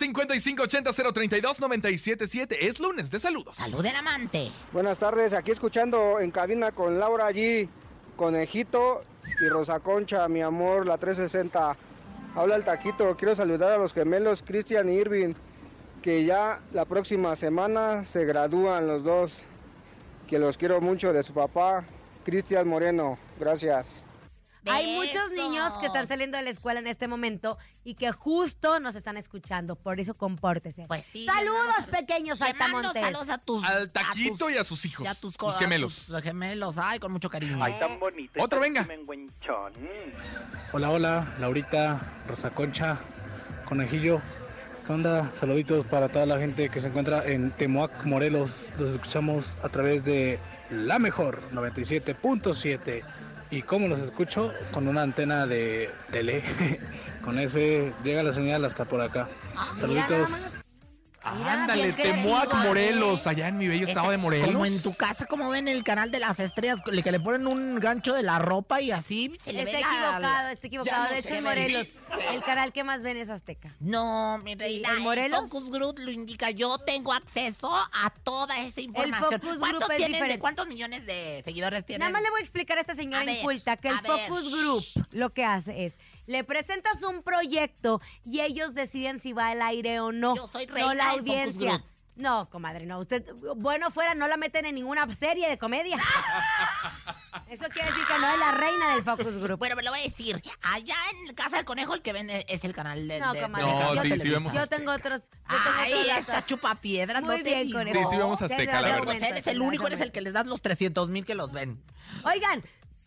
Speaker 5: 5580032977. Es lunes de saludos.
Speaker 4: Salud del amante.
Speaker 8: Buenas tardes, aquí escuchando en cabina con Laura allí, Conejito y Rosa Concha, mi amor, la 360. Habla el taquito, quiero saludar a los gemelos Cristian y Irving, que ya la próxima semana se gradúan los dos, que los quiero mucho de su papá, Cristian Moreno, gracias.
Speaker 3: Hay muchos
Speaker 4: Besos.
Speaker 3: niños que están saliendo de la escuela en este momento y que justo nos están escuchando. Por eso compórtese.
Speaker 4: Pues sí. le
Speaker 3: saludos,
Speaker 4: mando-
Speaker 3: pequeños
Speaker 4: Le mando
Speaker 3: saltamontes.
Speaker 4: saludos a tus...
Speaker 5: Al taquito
Speaker 4: tus-
Speaker 5: y a sus hijos.
Speaker 4: y a tus, co-
Speaker 5: tus
Speaker 4: a
Speaker 5: gemelos.
Speaker 4: tus gemelos, ay, con mucho cariño.
Speaker 12: Ay, tan bonito. y
Speaker 5: Otro,
Speaker 12: tan
Speaker 5: venga.
Speaker 12: chimenguenchón.
Speaker 13: Hola, hola, Laurita, Rosa Concha, Conejillo. ¿Qué onda? Saluditos para toda la gente que se encuentra en Temoac, Morelos. Los escuchamos a través de La Mejor 97.7. ¿Y cómo los escucho? Con una antena de tele. Con ese llega la señal hasta por acá.
Speaker 3: Mira nada
Speaker 13: Saluditos.
Speaker 3: más. Mira,
Speaker 5: Ándale,
Speaker 3: bien creativo,
Speaker 5: Temoac,
Speaker 3: ¿eh?
Speaker 5: Morelos, allá en mi bello estado de Morelos.
Speaker 4: Este, Como en tu casa, como ven el canal de las estrellas, le- que le ponen un gancho de la ropa y así se le
Speaker 3: Está
Speaker 4: ve la-
Speaker 3: equivocado, está equivocado.
Speaker 4: Ya no
Speaker 3: de
Speaker 4: sé,
Speaker 3: hecho, en
Speaker 4: me
Speaker 3: Morelos,
Speaker 4: viste.
Speaker 3: el canal que más ven es Azteca.
Speaker 4: No, mi reina,
Speaker 3: ¿en
Speaker 4: el
Speaker 3: Morelos?
Speaker 4: Focus Group lo indica. Yo tengo acceso a toda esa información.
Speaker 3: Focus Group
Speaker 4: ¿Cuántos
Speaker 3: es
Speaker 4: tienes
Speaker 3: diferente.
Speaker 4: de cuántos millones de seguidores tienen?
Speaker 3: Nada más le voy a explicar a esta
Speaker 4: A
Speaker 3: señora
Speaker 4: ver,
Speaker 3: inculta que el
Speaker 4: a ver.
Speaker 3: Focus Group lo que hace es, le presentas un proyecto y ellos deciden si va al aire o no.
Speaker 4: Yo soy
Speaker 3: no
Speaker 4: reina
Speaker 3: la
Speaker 4: del Focus
Speaker 3: audiencia.
Speaker 4: Group.
Speaker 3: No, comadre, no. Usted, bueno fuera, no la meten en ninguna serie de comedia. Eso quiere decir que no es la reina del Focus Group.
Speaker 4: Bueno, me lo voy a decir. Allá en Casa del Conejo el que vende es el canal de...
Speaker 3: No,
Speaker 4: de-
Speaker 3: comadre.
Speaker 4: de-
Speaker 5: No,
Speaker 4: de-
Speaker 5: sí,
Speaker 4: de-
Speaker 5: sí vemos
Speaker 3: Yo
Speaker 5: Azteca.
Speaker 3: tengo otros. Yo tengo
Speaker 4: Ay,
Speaker 3: otros datos.
Speaker 4: esta chupapiedras,
Speaker 3: Muy
Speaker 4: no te
Speaker 3: bien,
Speaker 4: digo.
Speaker 3: conejo.
Speaker 5: Sí, sí vemos Azteca, la
Speaker 3: Desgraciadamente,
Speaker 5: verdad.
Speaker 4: Pues eres el único, eres el que les das los 300 mil que los ven.
Speaker 3: Oigan,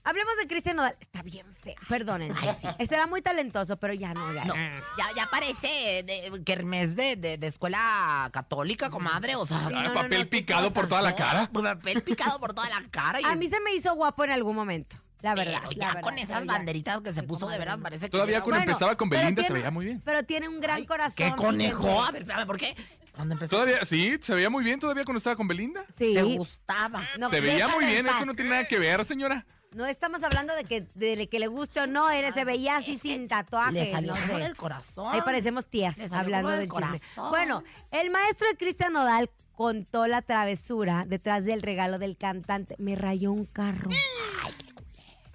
Speaker 3: hablemos de Cristian Nodal. Está bien feo. Perdonen.
Speaker 4: Ay, sí.
Speaker 3: Será muy talentoso, pero ya no, ya.
Speaker 4: No,
Speaker 5: Ah.
Speaker 4: ya, ya parece de, kermés de, de, de escuela católica, comadre. O sea,
Speaker 3: Sí,
Speaker 5: Ah,
Speaker 3: no, no,
Speaker 5: papel
Speaker 3: no, qué
Speaker 5: picado por
Speaker 3: cosa.
Speaker 5: toda la cara.
Speaker 4: no, pues, papel picado por toda la cara. Y
Speaker 3: A mí se me hizo guapo en algún momento, la
Speaker 4: pero
Speaker 3: verdad. la
Speaker 4: Eh, ya
Speaker 3: verdad,
Speaker 4: con
Speaker 3: pero
Speaker 4: esas
Speaker 3: ya.
Speaker 4: banderitas que se
Speaker 3: Sí,
Speaker 4: puso, de
Speaker 3: comadre,
Speaker 4: veras
Speaker 3: no.
Speaker 4: parece que.
Speaker 5: Todavía
Speaker 4: era
Speaker 5: con
Speaker 4: un-
Speaker 5: el- empezaba
Speaker 3: pero
Speaker 5: Belinda se
Speaker 3: tiene-
Speaker 5: veía muy bien.
Speaker 3: Pero tiene un gran
Speaker 4: Ay,
Speaker 3: corazón.
Speaker 4: ¡Qué conejo!
Speaker 3: Vicente.
Speaker 4: A ver, espérame, ¿por qué? Cuando empezó.
Speaker 5: Todavía, sí, se veía muy bien todavía cuando estaba con Belinda.
Speaker 3: Sí.
Speaker 4: Te gustaba.
Speaker 3: No,
Speaker 5: se veía
Speaker 3: déjala
Speaker 5: muy
Speaker 3: en
Speaker 5: bien,
Speaker 3: paz.
Speaker 5: eso no tiene nada que ver, señora.
Speaker 3: No estamos hablando de que, de que le guste o no, eres, se veía así sin tatuaje.
Speaker 4: Le salió
Speaker 3: no
Speaker 4: por
Speaker 3: sé.
Speaker 4: el corazón.
Speaker 3: Ahí parecemos tías
Speaker 4: Le salió
Speaker 3: hablando
Speaker 4: por el
Speaker 3: del chisme.
Speaker 4: corazón.
Speaker 3: Bueno, el maestro de Cristian Nodal contó la travesura detrás del regalo del cantante. Me rayó un carro.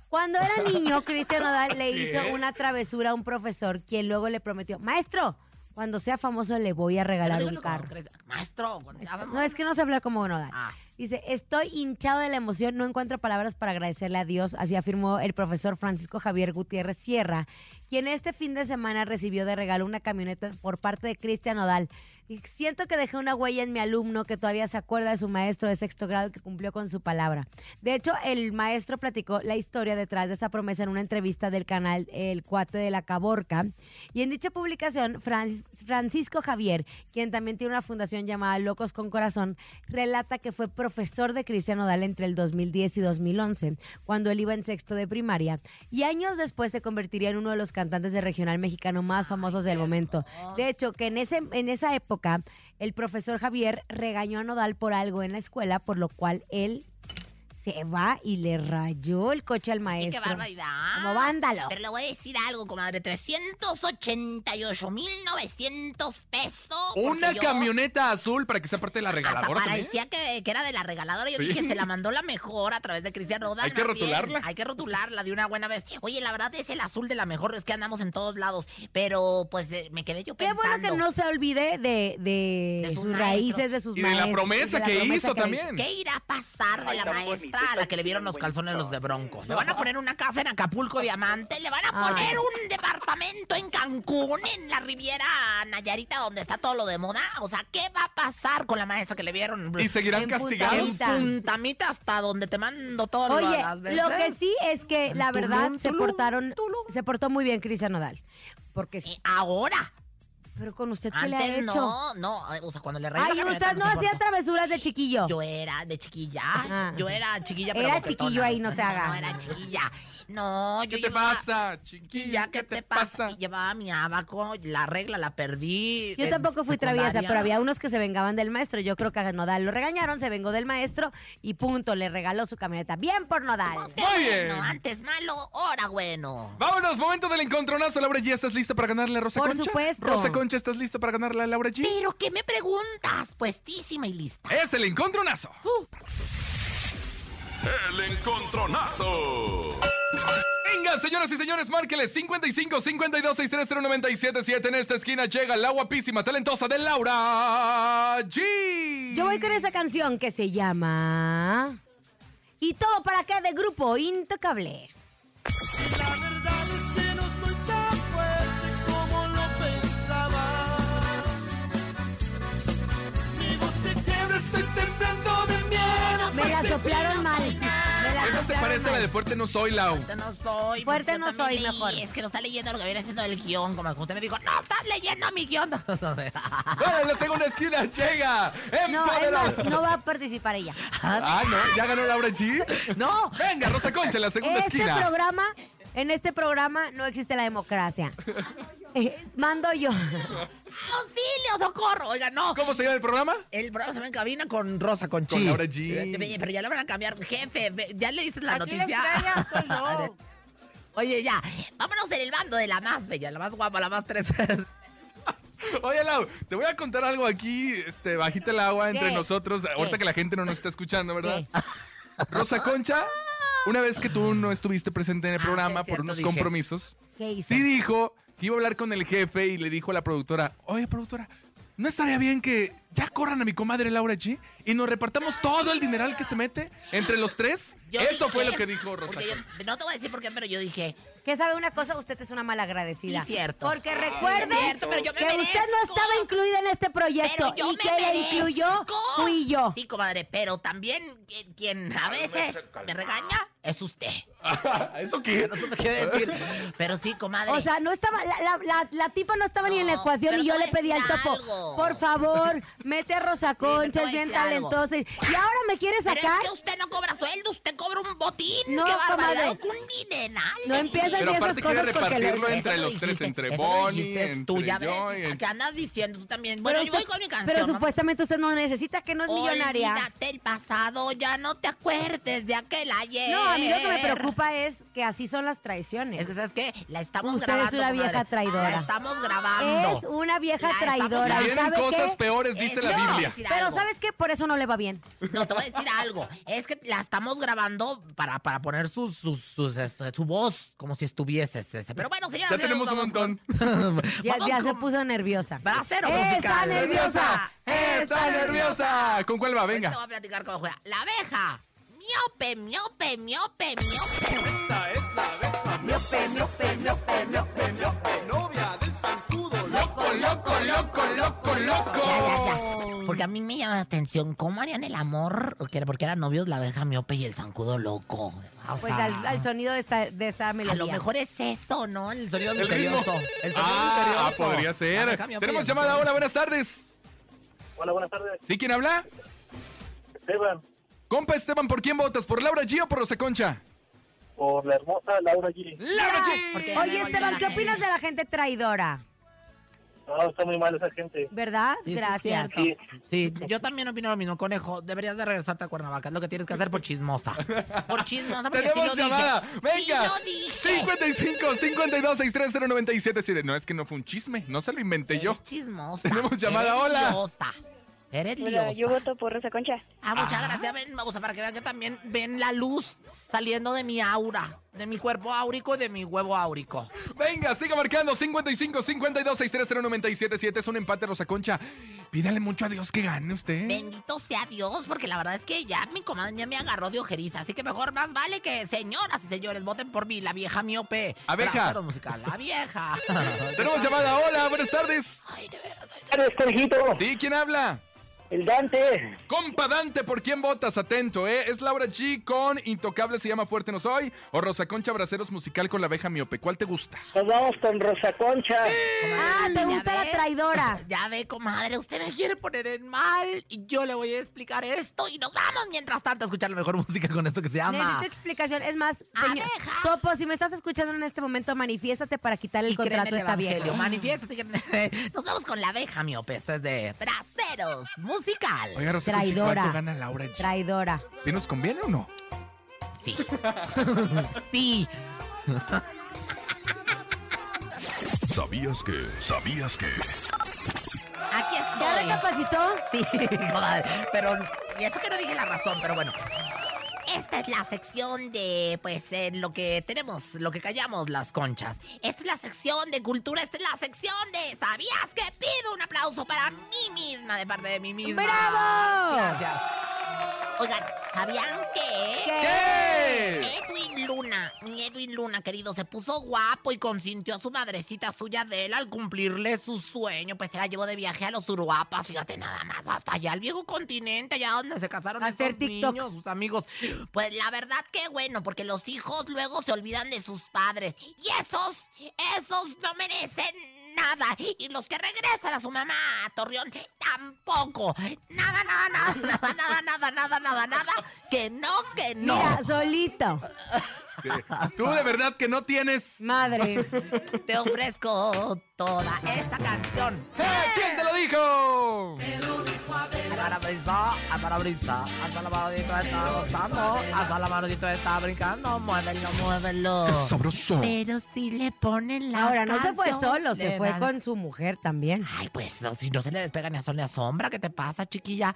Speaker 3: Cuando era niño, Cristian Nodal le hizo una travesura a un profesor, quien luego le prometió, maestro, cuando sea famoso le voy a regalar
Speaker 4: Pero
Speaker 3: un
Speaker 4: dígalo como
Speaker 3: carro.
Speaker 4: crees. Maestro, cuando estábamos-
Speaker 3: No, es que no se habla como Nodal.
Speaker 4: Ah.
Speaker 3: Dice, estoy hinchado de la emoción, no encuentro palabras para agradecerle a Dios, así afirmó el profesor Francisco Javier Gutiérrez Sierra, quien este fin de semana recibió de regalo una camioneta por parte de Cristian Odal. Siento que dejé una huella en mi alumno que todavía se acuerda de su maestro de sexto grado que cumplió con su palabra. De hecho, el maestro platicó la historia detrás de esa promesa en una entrevista del canal El Cuate de la Caborca. Y en dicha publicación, Francis- Francisco Javier, quien también tiene una fundación llamada Locos con Corazón, relata que fue profesor de Cristian Odal entre el 2010 y 2011, cuando él iba en sexto de primaria, y años después se convertiría en uno de los cantantes de regional mexicano más famosos del momento. De hecho, que en, ese, en esa época, el profesor Javier regañó a Nodal por algo en la escuela, por lo cual él se va y le rayó el coche al
Speaker 4: Y
Speaker 3: maestro.
Speaker 4: qué barbaridad.
Speaker 3: Como vándalo.
Speaker 4: Pero le voy a decir algo, comadre. 388,900 pesos.
Speaker 5: Una
Speaker 4: porque yo
Speaker 5: camioneta azul para que sea parte de la
Speaker 4: Hasta
Speaker 5: regaladora también.
Speaker 4: parecía que, que era de la regaladora. Yo
Speaker 5: ¿eh? Sí.
Speaker 4: dije, se la mandó la mejor a través de Cristian Rodal.
Speaker 5: Hay que
Speaker 4: más bien.
Speaker 5: rotularla.
Speaker 4: Hay que rotularla de una buena vez. Oye, la verdad es el azul de la mejor. Es que andamos en todos lados. Pero pues eh, me quedé yo
Speaker 3: Qué
Speaker 4: pensando.
Speaker 3: bueno que no se olvide de, de
Speaker 4: De su
Speaker 3: sus
Speaker 4: maestro.
Speaker 3: raíces, de sus
Speaker 5: Y de la
Speaker 3: maestros,
Speaker 5: promesa
Speaker 3: de la
Speaker 5: que
Speaker 3: promesa
Speaker 5: hizo
Speaker 3: que le hizo.
Speaker 5: también.
Speaker 4: ¿Qué irá a pasar de
Speaker 12: Ay,
Speaker 4: la
Speaker 12: tan
Speaker 4: maestra
Speaker 12: bonito,
Speaker 4: a la que
Speaker 12: tan
Speaker 4: le vieron los
Speaker 12: bonito.
Speaker 4: calzones los de Broncos? Le van a poner una casa en Acapulco Diamante, le van a
Speaker 3: Ay.
Speaker 4: poner un departamento en Cancún, en la Riviera Nayarita, donde está todo lo de moda. O sea, ¿qué va a pasar con la maestra que le vieron?
Speaker 5: Y seguirán
Speaker 3: En
Speaker 5: castigados.
Speaker 3: Punta
Speaker 4: En puntamita hasta donde te mando todo
Speaker 3: Oye,
Speaker 4: las veces.
Speaker 3: lo que sí es que la
Speaker 4: Tulum,
Speaker 3: verdad se
Speaker 4: tulum,
Speaker 3: portaron,
Speaker 4: tulum.
Speaker 3: se portó muy bien Cristian Nodal. Porque
Speaker 4: Eh,
Speaker 3: sí,
Speaker 4: ahora.
Speaker 3: pero con usted qué le ha
Speaker 4: Antes
Speaker 3: hecho.
Speaker 4: no, no. eh, O sea, cuando le reí
Speaker 3: Ay,
Speaker 4: la
Speaker 3: usted
Speaker 4: camioneta,
Speaker 3: no
Speaker 4: se
Speaker 3: hacía
Speaker 4: importó.
Speaker 3: travesuras de chiquillo.
Speaker 4: Yo era de chiquilla.
Speaker 3: Ajá.
Speaker 4: Yo era chiquilla, pero
Speaker 3: Era
Speaker 4: coquetona.
Speaker 3: chiquillo ahí, no se haga.
Speaker 4: No, era chiquilla. No, yo
Speaker 5: ¿Qué te
Speaker 4: llevaba-
Speaker 5: pasa,
Speaker 4: "Ah, Y
Speaker 5: chiquilla?
Speaker 4: ya, ¿qué te pasa? Y Llevaba mi abaco, la regla la perdí.
Speaker 3: Yo
Speaker 4: en
Speaker 3: tampoco fui
Speaker 4: secundaria.
Speaker 3: traviesa, pero había unos que se vengaban del maestro. Yo creo que a Nodal lo regañaron, se vengó del maestro y punto, le regaló su camioneta. Bien por Nodal.
Speaker 4: Qué
Speaker 5: Muy
Speaker 4: bueno,
Speaker 5: bien.
Speaker 4: antes malo, ahora bueno.
Speaker 5: Vámonos, momento del encontronazo. Laura G, ¿estás lista para ganarle a Rosa
Speaker 3: Por
Speaker 5: Concha?
Speaker 3: supuesto.
Speaker 5: Rosa Concha, ¿estás lista para ganarle a Laura G?
Speaker 4: Pero ¿qué me preguntas? Puestísima y lista.
Speaker 5: Es el encontronazo.
Speaker 6: El encontronazo.
Speaker 5: Venga, señoras y señores, márqueles 55 52 630 977. En esta esquina llega la guapísima, talentosa de Laura G.
Speaker 3: Yo voy con esa canción que se llama... ¿Y todo para qué de grupo Intocable?
Speaker 1: La verdad es que no soy tan fuerte como lo pensaba. Mi voz se quiebra, estoy temblando de miedo.
Speaker 3: Me la soplaron mal. Me la
Speaker 5: Esa se
Speaker 3: soplaron
Speaker 5: parece a la de Fuerte No Soy, Lau.
Speaker 4: No soy.
Speaker 3: Fuerte
Speaker 4: pues,
Speaker 3: no
Speaker 4: yo también
Speaker 3: soy,
Speaker 4: leí.
Speaker 3: mejor.
Speaker 4: Es que no está leyendo lo que viene haciendo el guión. Como usted me dijo, no, estás leyendo mi guión.
Speaker 5: Bueno, en la segunda esquina llega
Speaker 3: No, es
Speaker 5: Empoderada.
Speaker 3: más, no va a participar ella.
Speaker 5: Ah, no, ya ganó Laura G.
Speaker 4: No.
Speaker 5: Venga, Rosa Concha, en la segunda
Speaker 3: este
Speaker 5: esquina.
Speaker 3: programa, en este programa no existe la democracia. Eh, Mando yo.
Speaker 4: ¡Auxilio, socorro! Oiga, no.
Speaker 5: ¿Cómo se llama el programa?
Speaker 4: El programa se va en cabina con Rosa Conchi.
Speaker 5: Con Laura G.
Speaker 4: Eh, ve- Pero ya lo van a cambiar. Jefe, ve- ya le dices la
Speaker 2: Aquí la
Speaker 4: noticia.
Speaker 2: extraña soy yo.
Speaker 4: Oye, ya. Vámonos en el bando de la más bella, la más guapa, la más tres.
Speaker 5: Oye, Lau, te voy a contar algo aquí, este, bajita el agua entre
Speaker 3: ¿Qué?
Speaker 5: nosotros, ahorita
Speaker 3: ¿Qué?
Speaker 5: que la gente no nos está escuchando, ¿verdad? Rosa Concha, una vez que tú no estuviste presente en el
Speaker 4: Ah, sí, es
Speaker 5: programa por
Speaker 4: cierto,
Speaker 5: unos
Speaker 4: dije.
Speaker 5: compromisos,
Speaker 3: ¿Qué hizo?
Speaker 5: sí dijo que iba a hablar con el jefe y le dijo a la productora, oye, productora, ¿no estaría bien que ya corran a mi comadre Laura G y nos repartamos todo el dineral que se mete entre los tres?
Speaker 4: Yo
Speaker 5: Eso
Speaker 4: dije-
Speaker 5: fue lo que dijo Rosa
Speaker 4: porque yo-
Speaker 5: Concha.
Speaker 4: no te voy a decir por qué, pero yo dije,
Speaker 3: Que sabe una cosa, usted es una malagradecida.
Speaker 4: Sí, cierto.
Speaker 3: Porque recuerde
Speaker 4: Sí, cierto, pero yo me
Speaker 3: que usted no
Speaker 4: merezco.
Speaker 3: estaba incluida en este proyecto
Speaker 4: pero yo
Speaker 3: y
Speaker 4: me
Speaker 3: que le
Speaker 4: merezco.
Speaker 3: incluyó fui yo.
Speaker 4: Sí, comadre, pero también quien- quien a veces me regaña es usted.
Speaker 5: ¿Eso qué?
Speaker 4: No supe qué decir. Pero sí, comadre.
Speaker 3: O sea, no estaba, la, la, la- la tipa no estaba ni en la
Speaker 4: No,
Speaker 3: ecuación
Speaker 4: pero
Speaker 3: y
Speaker 4: te
Speaker 3: yo
Speaker 4: voy
Speaker 3: le
Speaker 4: a
Speaker 3: pedí al
Speaker 4: decir
Speaker 3: topo,
Speaker 4: algo.
Speaker 3: por favor, mete a Rosa
Speaker 4: pero te
Speaker 3: Concha, es
Speaker 4: voy a
Speaker 3: bien
Speaker 4: decir algo.
Speaker 3: talentosa. Y ahora me quiere
Speaker 4: pero
Speaker 3: sacar,
Speaker 4: es que usted no cobra sueldo, usted cobra un botín.
Speaker 3: No,
Speaker 4: ¡Qué
Speaker 3: comadre.
Speaker 4: barbaridad! ¡Un dineral!
Speaker 3: no empieza
Speaker 5: Pero
Speaker 3: ni esas
Speaker 5: aparte quiere
Speaker 3: cosas porque le...
Speaker 5: repartirlo
Speaker 4: Eso
Speaker 5: entre
Speaker 4: no
Speaker 5: los tres,
Speaker 4: dijiste,
Speaker 5: entre
Speaker 4: eso no
Speaker 5: Bonnie,
Speaker 4: dijiste,
Speaker 5: entre
Speaker 4: tú, ya ves,
Speaker 5: yo y entre-
Speaker 4: ¿Qué andas diciendo tú también?
Speaker 3: Pero
Speaker 4: Bueno, yo voy
Speaker 3: usted-
Speaker 4: con mi canción.
Speaker 3: Pero
Speaker 4: mamá.
Speaker 3: supuestamente usted no necesita, que no es millonaria.
Speaker 4: Olvídate el pasado, ya no te acuerdes de aquel ayer.
Speaker 3: No, a mí lo que me preocupa es que así son las traiciones.
Speaker 4: Es que, ¿sabes qué? La estamos
Speaker 3: Usted es
Speaker 4: grabando,
Speaker 3: una vieja
Speaker 4: comadre.
Speaker 3: traidora.
Speaker 4: La estamos
Speaker 3: Es
Speaker 4: grabando.
Speaker 3: una vieja
Speaker 4: La estamos
Speaker 3: traidora.
Speaker 4: grabando.
Speaker 3: ¿Y
Speaker 5: Vienen
Speaker 3: sabe
Speaker 5: cosas
Speaker 3: qué?
Speaker 5: peores, dice
Speaker 4: Es-
Speaker 5: la
Speaker 4: no.
Speaker 5: Biblia.
Speaker 4: decir
Speaker 3: Pero
Speaker 4: algo.
Speaker 3: ¿sabes qué? Por eso no le va bien.
Speaker 4: No, te voy a decir algo. Es que la estamos grabando para, para poner sus, sus, sus, este, su voz como si estuvieses. este. Pero bueno, señoras
Speaker 5: Ya
Speaker 4: y señores,
Speaker 5: tenemos
Speaker 4: vamos
Speaker 5: un
Speaker 4: con-
Speaker 5: montón.
Speaker 3: Ya,
Speaker 4: Vamos
Speaker 3: ya se
Speaker 4: con-
Speaker 3: puso nerviosa.
Speaker 4: Bracero
Speaker 3: ¡Está
Speaker 4: musical.
Speaker 3: nerviosa!
Speaker 5: ¡Está nerviosa! ¿Con cuál va?
Speaker 4: Ahorita Te
Speaker 5: Venga.
Speaker 4: voy a platicar cómo juega. La abeja. Miope, miope, miope, miope.
Speaker 1: Esta es la abeja miope, miope, miope, miope, miope, novia del zancudo, loco, loco, loco, loco,
Speaker 4: Ya,
Speaker 1: loco.
Speaker 4: ya, ya. Porque a mí me llama la atención cómo harían el amor, porque porque eran novios la abeja miope y el zancudo loco. O
Speaker 3: Pues
Speaker 4: sea,
Speaker 3: al, al sonido de esta, de esta
Speaker 4: a
Speaker 3: melodía.
Speaker 4: lo mejor es eso, ¿no? El sonido
Speaker 5: El
Speaker 4: misterioso.
Speaker 5: ritmo.
Speaker 4: El sonido
Speaker 5: Ah,
Speaker 4: misterioso.
Speaker 5: podría
Speaker 4: La
Speaker 5: ser.
Speaker 4: abeja miope y
Speaker 5: Tenemos
Speaker 4: el
Speaker 5: llamada
Speaker 4: zancudo.
Speaker 5: ahora. Buenas tardes.
Speaker 7: Hola, buenas tardes.
Speaker 5: ¿Sí quién habla?
Speaker 7: Esteban,
Speaker 5: Compa Esteban, ¿por quién votas? ¿Por Laura G o por Rosa Concha?
Speaker 7: por la hermosa Laura G.
Speaker 5: ¡Laura
Speaker 4: Porque-
Speaker 5: G!
Speaker 3: Oye, Esteban, ¿qué opinas de la gente traidora?
Speaker 7: No, Ah, está muy mal esa gente.
Speaker 3: ¿Verdad?
Speaker 4: Sí, sí,
Speaker 3: Gracias.
Speaker 4: es cierto. Sí, yo también opino lo mismo, conejo. Deberías de regresarte a Cuernavaca. Es lo que tienes que hacer por chismosa. Por chismosa, porque
Speaker 5: Tenemos
Speaker 4: sí lo
Speaker 5: llamada.
Speaker 4: dije.
Speaker 5: Venga.
Speaker 4: Sí lo dije.
Speaker 5: 55 52 630 No, es que no fue un chisme. No se lo inventé yo.
Speaker 4: Eres chismosa.
Speaker 5: Tenemos llamada,
Speaker 4: Eres
Speaker 5: hola.
Speaker 4: Liosa. Eres liosa.
Speaker 11: voto por Rosa Concha.
Speaker 4: Ah, muchas gracias. Ven, o sea, para que vean que también ven la luz saliendo de mi aura, de mi cuerpo áurico y de mi huevo áurico.
Speaker 5: Venga, siga marcando 55 52 630 Es un empate, Rosa Concha. Pídale mucho a Dios que gane usted.
Speaker 4: Bendito sea Dios, porque la verdad es que ya mi comadre ya me agarró de ojeriza. Así que mejor más vale que señoras y señores voten por mí, la vieja miope.
Speaker 5: Abeja.
Speaker 4: Bracero musical, la vieja.
Speaker 5: Tenemos llamada. Hola, buenas tardes.
Speaker 4: Ay, de veras. ay,
Speaker 7: Buenas tardes, conejito.
Speaker 5: ¿Sí? ¿Quién habla?
Speaker 7: El Dante.
Speaker 5: Compa Dante, ¿por quién votas? Atento, ¿eh? ¿Es Laura G con Intocable se llama Fuerte No Soy? ¿O Rosa Concha Braceros Musical con la abeja miope? ¿Cuál te gusta?
Speaker 7: Nos vamos con Rosa Concha.
Speaker 4: comadre,
Speaker 3: Ah,
Speaker 4: ya
Speaker 3: te gusta
Speaker 4: ve.
Speaker 3: la traidora.
Speaker 4: Ya ve, comadre, usted me quiere poner en mal y yo le voy a explicar esto y nos vamos mientras tanto a escuchar la mejor música con esto que se llama.
Speaker 3: Necesito explicación. Es más, señor,
Speaker 4: Abeja.
Speaker 3: Topo, si me estás escuchando en este momento, manifiéstate para quitarle el
Speaker 4: y creen
Speaker 3: contrato Ah.
Speaker 4: en
Speaker 3: a
Speaker 4: el
Speaker 3: esta vieja.
Speaker 4: evangelio. Manifiéstate. que- Nos vamos con la abeja, miope. Esto es de Braceros Musical.
Speaker 5: Oiga, Rosa Concha,
Speaker 3: Traidora.
Speaker 5: ¿cuánto gana Laura G?
Speaker 3: Traidora.
Speaker 5: ¿Sí nos conviene o no?
Speaker 4: Sí. sí.
Speaker 6: ¿Sabías que? ¿Sabías que?
Speaker 4: Aquí
Speaker 3: ¿Ya
Speaker 4: estoy.
Speaker 3: recapacitó?
Speaker 4: Sí, comadre. Pero, y eso que no dije la razón, pero bueno. Esta es la sección de, pues, en lo que tenemos, lo que callamos las conchas. Esta es la sección de cultura, esta es la sección de ¿Sabías que pido un aplauso para mí misma de parte de mí misma?
Speaker 3: ¡Bravo!
Speaker 4: Gracias. Oigan, ¿sabían qué?
Speaker 1: ¿Qué?
Speaker 4: Edwin Luna, Edwin Luna, querido, se puso guapo y consintió a su madrecita suya de él al cumplirle su sueño. Pues se la llevó de viaje a los Uruapas, fíjate nada más, hasta allá al viejo continente, allá donde se casaron esos niños, sus amigos. Pues la verdad que bueno, porque los hijos luego se olvidan de sus padres. Y esos, esos no merecen nada. Y los que regresan a su mamá a Torreón, tampoco. Nada, nada, nada, nada, nada, nada, nada, nada, nada. Que no, que no.
Speaker 3: Mira, solito.
Speaker 5: Sí. Tú de verdad que no tienes.
Speaker 3: Madre.
Speaker 4: Te ofrezco toda esta canción.
Speaker 5: ¿Quién te lo dijo?
Speaker 4: Hasta la brisa, hasta la brisa, hasta la manudito está gozando, hasta la manudito está brincando, muévelo, muévelo.
Speaker 3: Qué sabroso.
Speaker 4: Pero si le ponen la
Speaker 3: Ahora, no se fue
Speaker 4: canción,
Speaker 3: solo, se
Speaker 4: le
Speaker 3: fue
Speaker 4: dan-
Speaker 3: con su mujer también.
Speaker 4: Ay, pues no, si no se le despega ni a sol ni a sombra, ¿qué te pasa, chiquilla?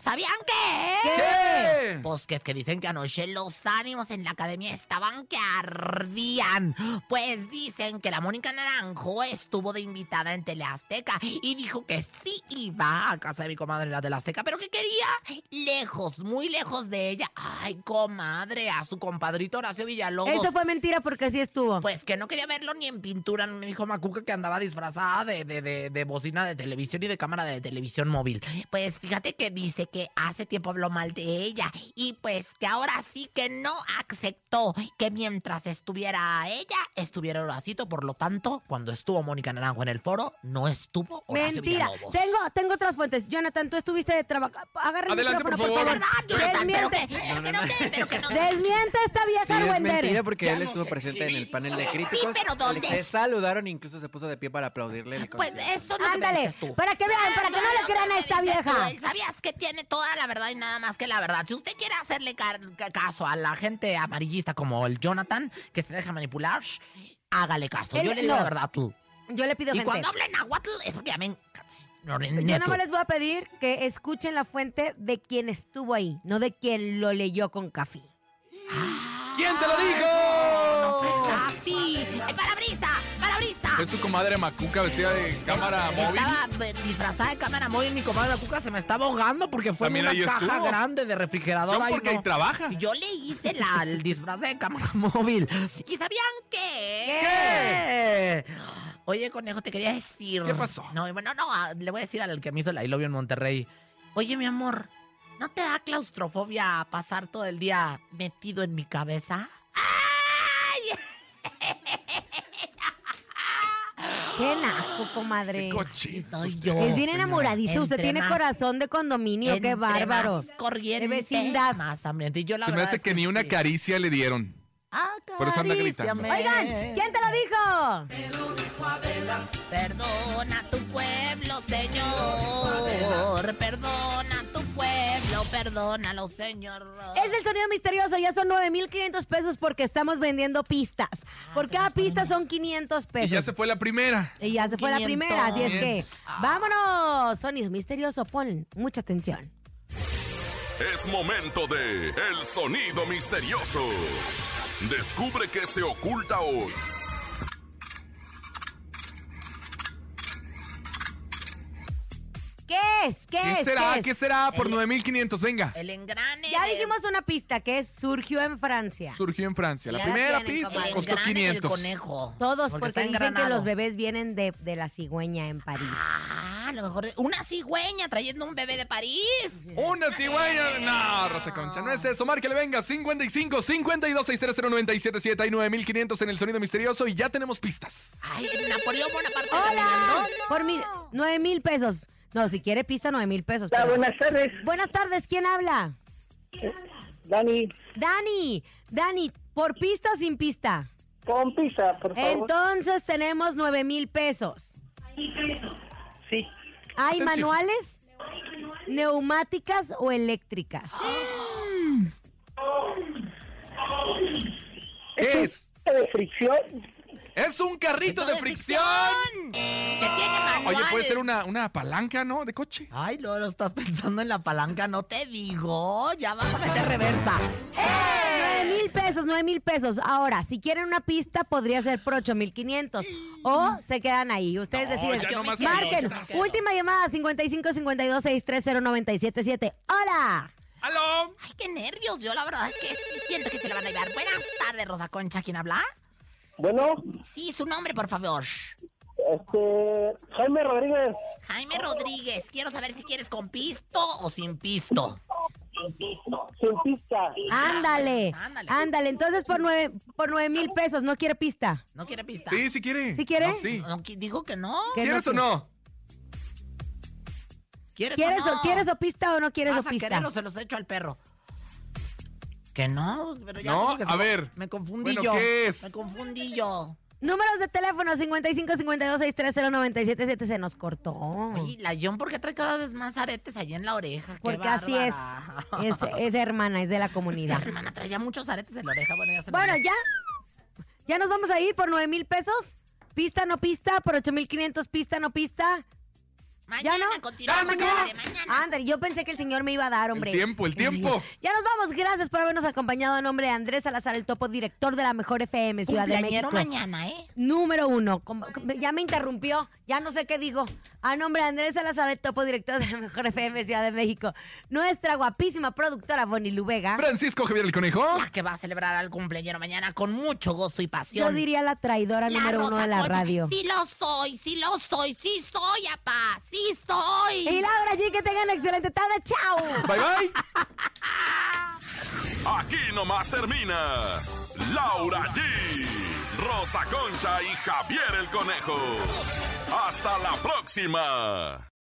Speaker 4: ¿Sabían qué?
Speaker 1: ¿Qué?
Speaker 4: Pues que es que dicen que anoche los ánimos en la academia estaban que ardían. Pues dicen que la Mónica Naranjo estuvo de invitada en Teleazteca y dijo que sí iba a casa de mi comadre en la Teleazteca, pero que quería lejos, muy lejos de ella. Ay, comadre, a su compadrito Horacio Villalobos.
Speaker 3: Eso fue mentira porque sí estuvo.
Speaker 4: Pues que no quería verlo ni en pintura. Me dijo Macuca que andaba disfrazada de, de- de- de bocina de televisión y de cámara de televisión móvil. Pues fíjate que dice que hace tiempo habló mal de ella y pues que ahora sí que no aceptó que mientras estuviera ella, estuviera Horacito. Por lo tanto, cuando estuvo Mónica Naranjo en el foro, no estuvo Horacio
Speaker 3: Mentira.
Speaker 4: Villalobos.
Speaker 3: Tengo, tengo otras fuentes. Jonathan, tú estuviste de trabajo. Agarra el
Speaker 4: Adelante,
Speaker 3: micrófono,
Speaker 4: por
Speaker 3: por
Speaker 4: favor.
Speaker 3: favor.
Speaker 4: Jonathan, pero
Speaker 3: Desmiente. Desmiente esta
Speaker 12: Sí,
Speaker 3: vieja
Speaker 12: es
Speaker 3: argüendera.
Speaker 12: mentira porque
Speaker 3: Ya
Speaker 12: él
Speaker 3: no
Speaker 12: estuvo
Speaker 3: sé
Speaker 12: presente
Speaker 3: si-
Speaker 12: en el panel de críticos.
Speaker 3: pero ¿dónde?
Speaker 12: Se saludaron, incluso se puso de pie para aplaudirle. el
Speaker 4: Pues
Speaker 12: concierto.
Speaker 4: eso es lo que me
Speaker 3: Ándale,
Speaker 4: dices tú.
Speaker 3: para que vean, para que no le crean a esta
Speaker 4: Dice tú,
Speaker 3: vieja.
Speaker 4: él, Sabías que tiene toda la verdad y nada más que la verdad. Si usted quiere hacerle car- ca- caso a la gente amarillista como el Jonathan, que se deja manipular, hágale caso. Yo
Speaker 3: Él-
Speaker 4: le digo
Speaker 3: no.
Speaker 4: la verdad tú.
Speaker 3: Yo le pido
Speaker 4: Y
Speaker 3: gente.
Speaker 4: cuando hablen náhuatl es porque ya me enc- no, ne-
Speaker 3: Yo
Speaker 4: neto.
Speaker 3: nomás les voy a pedir que escuchen la fuente de quien estuvo ahí, no de quien lo leyó con café.
Speaker 5: ¿Quién te lo dijo?
Speaker 4: ¡Capi! Oh. ¡Eh, ¡Parabrisa! ¡Parabrisa!
Speaker 5: Es su comadre Macuca vestida de cámara móvil.
Speaker 4: Estaba eh, disfrazada de cámara móvil, mi comadre la cuca se me estaba ahogando porque fue en
Speaker 5: También
Speaker 4: una
Speaker 5: ahí
Speaker 4: caja
Speaker 5: estuvo.
Speaker 4: grande de refrigerador.
Speaker 5: Yo porque ahí trabaja.
Speaker 4: Yo le hice la, el disfraz de cámara móvil. ¿Y sabían qué? Oye, conejo, te quería decir.
Speaker 5: ¿Qué pasó?
Speaker 4: No, bueno, no, ah, le voy a decir al que me hizo la I love you en Monterrey. Oye, mi amor, ¿no te da claustrofobia pasar todo el día metido en mi cabeza?
Speaker 3: ¡Qué naco, comadre!
Speaker 4: Soy yo.
Speaker 3: es bien
Speaker 4: señora.
Speaker 3: enamoradizo. Usted
Speaker 4: Entre
Speaker 3: tiene
Speaker 4: más-
Speaker 3: corazón de condominio. ¡Qué
Speaker 4: entre
Speaker 3: bárbaro!
Speaker 4: más corriente,
Speaker 3: De vecindad.
Speaker 4: más ambiente. Y yo la
Speaker 5: Se me
Speaker 4: verdad
Speaker 5: hace
Speaker 4: es
Speaker 5: que ni una
Speaker 4: sí. Ah,
Speaker 5: caricia le dieron. Por eso anda gritando.
Speaker 4: Acaríciame.
Speaker 3: Oigan, ¿quién te lo dijo?
Speaker 4: Perdona tu pueblo, Señor. Perdona tu pueblo, perdónalo, Señor.
Speaker 3: Es el sonido misterioso, ya son 9,500 pesos porque estamos vendiendo pistas.
Speaker 4: Ah,
Speaker 3: Por cada pista son 500
Speaker 5: Y
Speaker 3: pesos.
Speaker 5: ya se fue la primera.
Speaker 3: Y ya se fue la
Speaker 5: 500.
Speaker 3: primera, así es que vámonos. Sonido misterioso, pon mucha atención.
Speaker 6: Es momento de El Sonido Misterioso. Descubre qué se oculta hoy.
Speaker 3: ¿Qué es? ¿Qué,
Speaker 5: ¿Qué
Speaker 3: es?
Speaker 5: será?
Speaker 3: es?
Speaker 5: ¿Qué será?
Speaker 3: Eh,
Speaker 5: Por 9500, venga.
Speaker 4: El engrane.
Speaker 3: Ya dijimos una pista que es surgió en Francia.
Speaker 5: Surgió en Francia. La
Speaker 3: Ya
Speaker 5: primera
Speaker 3: tienen,
Speaker 5: pista
Speaker 3: comadre.
Speaker 5: costó
Speaker 3: El engrane del
Speaker 5: 500.
Speaker 4: conejo.
Speaker 3: Todos,
Speaker 4: Porque
Speaker 3: porque,
Speaker 4: está
Speaker 3: dicen que
Speaker 4: engranado.
Speaker 3: los bebés vienen de, de la cigüeña en París.
Speaker 4: Ah, a lo mejor es una cigüeña trayendo un bebé de París.
Speaker 5: Una cigüeña. No, Rosa Concha, no es eso. Márquele, venga. 55 52 630 977. Hay 9500 en el sonido misterioso y ya tenemos pistas.
Speaker 4: Ay, Napoleón Bonaparte.
Speaker 3: ¡Hola! Por mil, nueve mil pesos. No, si quiere pista, nueve mil pesos.
Speaker 7: Hola,
Speaker 3: pero-
Speaker 7: buenas tardes.
Speaker 3: Buenas tardes, ¿quién habla?
Speaker 7: Dani.
Speaker 3: Dani, Dani, ¿por pista o sin pista?
Speaker 7: Con pista, por favor.
Speaker 3: Entonces tenemos nueve mil pesos.
Speaker 7: Sí.
Speaker 3: ¿Hay
Speaker 7: Atención.
Speaker 3: manuales? ¿Neumáticas o eléctricas?
Speaker 5: ¿Qué es?
Speaker 7: ¿De fricción?
Speaker 5: Es un carrito de fricción. Oye, puede ser una, una palanca, ¿no? De coche.
Speaker 4: Ay, no, lo estás pensando en la palanca, no te digo. Ya vas a meter reversa.
Speaker 3: Nueve mil pesos, nueve mil pesos. Ahora, si quieren una pista, podría ser por 8500 o se quedan ahí. Ustedes
Speaker 1: No,
Speaker 3: deciden.
Speaker 1: ya no más
Speaker 3: Marquen.
Speaker 1: preguntas.
Speaker 3: Última llamada 55 52 630 977. Hola.
Speaker 5: ¡Aló!
Speaker 4: Ay, qué nervios. Yo la verdad es que sí siento que se la van a llevar. Buenas tardes, Rosa Concha. ¿Quién habla?
Speaker 7: Bueno,
Speaker 4: Sí, su nombre, por favor.
Speaker 7: este. Jaime Rodríguez.
Speaker 4: Jaime Rodríguez. Quiero saber si quieres con pisto o sin pisto.
Speaker 7: Sin pista.
Speaker 3: Ándale,
Speaker 4: ándale.
Speaker 3: ándale. Entonces por nueve, por nueve mil pesos, no quiere pista.
Speaker 4: ¿No quiere pista?
Speaker 5: Sí, sí quiere.
Speaker 3: ¿Sí quiere?
Speaker 5: No, sí.
Speaker 4: No, qui- dijo que no.
Speaker 3: Que
Speaker 5: ¿Quieres o
Speaker 3: quiere.
Speaker 5: no?
Speaker 4: ¿Quieres,
Speaker 3: ¿Quieres
Speaker 4: o no?
Speaker 3: o, ¿Quieres o pista o no quieres o
Speaker 4: ¿Vas a
Speaker 3: pista?
Speaker 4: querer o se los echo al perro? Que no, pero ya
Speaker 5: No,
Speaker 4: como que se
Speaker 5: a
Speaker 4: me-
Speaker 5: ver.
Speaker 4: Me confundí
Speaker 5: Bueno,
Speaker 4: yo.
Speaker 5: ¿qué es?
Speaker 4: Me confundí yo.
Speaker 3: Números de teléfono 55 52 630 977 se nos cortó.
Speaker 4: Oye, la John, ¿por qué trae cada vez más aretes allí en la oreja? ¡Qué
Speaker 3: Porque así es.
Speaker 4: bárbara!
Speaker 3: es. Es hermana, es de la comunidad.
Speaker 4: Hermana, traía muchos aretes en la oreja. Bueno, ya se
Speaker 3: Bueno,
Speaker 4: nos-
Speaker 3: ya. Ya nos vamos a ir por 9 mil pesos. Pista, no pista, por 8500, pista, no pista.
Speaker 4: Mañana
Speaker 3: ¿ya no?
Speaker 4: continuamos.
Speaker 5: Ya se acabó.
Speaker 4: Ándale, mañana.
Speaker 3: Ándale, yo pensé que el señor me iba a dar, hombre.
Speaker 5: El tiempo, el tiempo.
Speaker 3: Ya nos vamos. Gracias por habernos acompañado en nombre de Andrés Salazar, el topo director de la Mejor FM Ciudad de
Speaker 4: Cumpleañero
Speaker 3: México.
Speaker 4: mañana, ¿eh?
Speaker 3: Número uno. Com- com- Ya me interrumpió. Ya no sé qué digo. A nombre de Andrés Salazar, el topo director de la Mejor FM Ciudad de México. Nuestra guapísima productora Bonnie Lubega.
Speaker 5: Francisco Javier el Conejo.
Speaker 4: La que va a celebrar al cumpleañero mañana con mucho gozo y
Speaker 3: Yo
Speaker 4: pasión.
Speaker 3: diría la traidora
Speaker 4: La
Speaker 3: número uno
Speaker 4: Rosa
Speaker 3: de la
Speaker 4: Concha.
Speaker 3: radio.
Speaker 4: Sí lo soy, sí lo soy, sí soy, apá, sí soy.
Speaker 3: Y Laura G, que tengan excelente tarde. ¡Chao!
Speaker 5: Bye bye.
Speaker 6: Aquí nomás termina Laura G, Rosa Concha y Javier el Conejo. Hasta la próxima.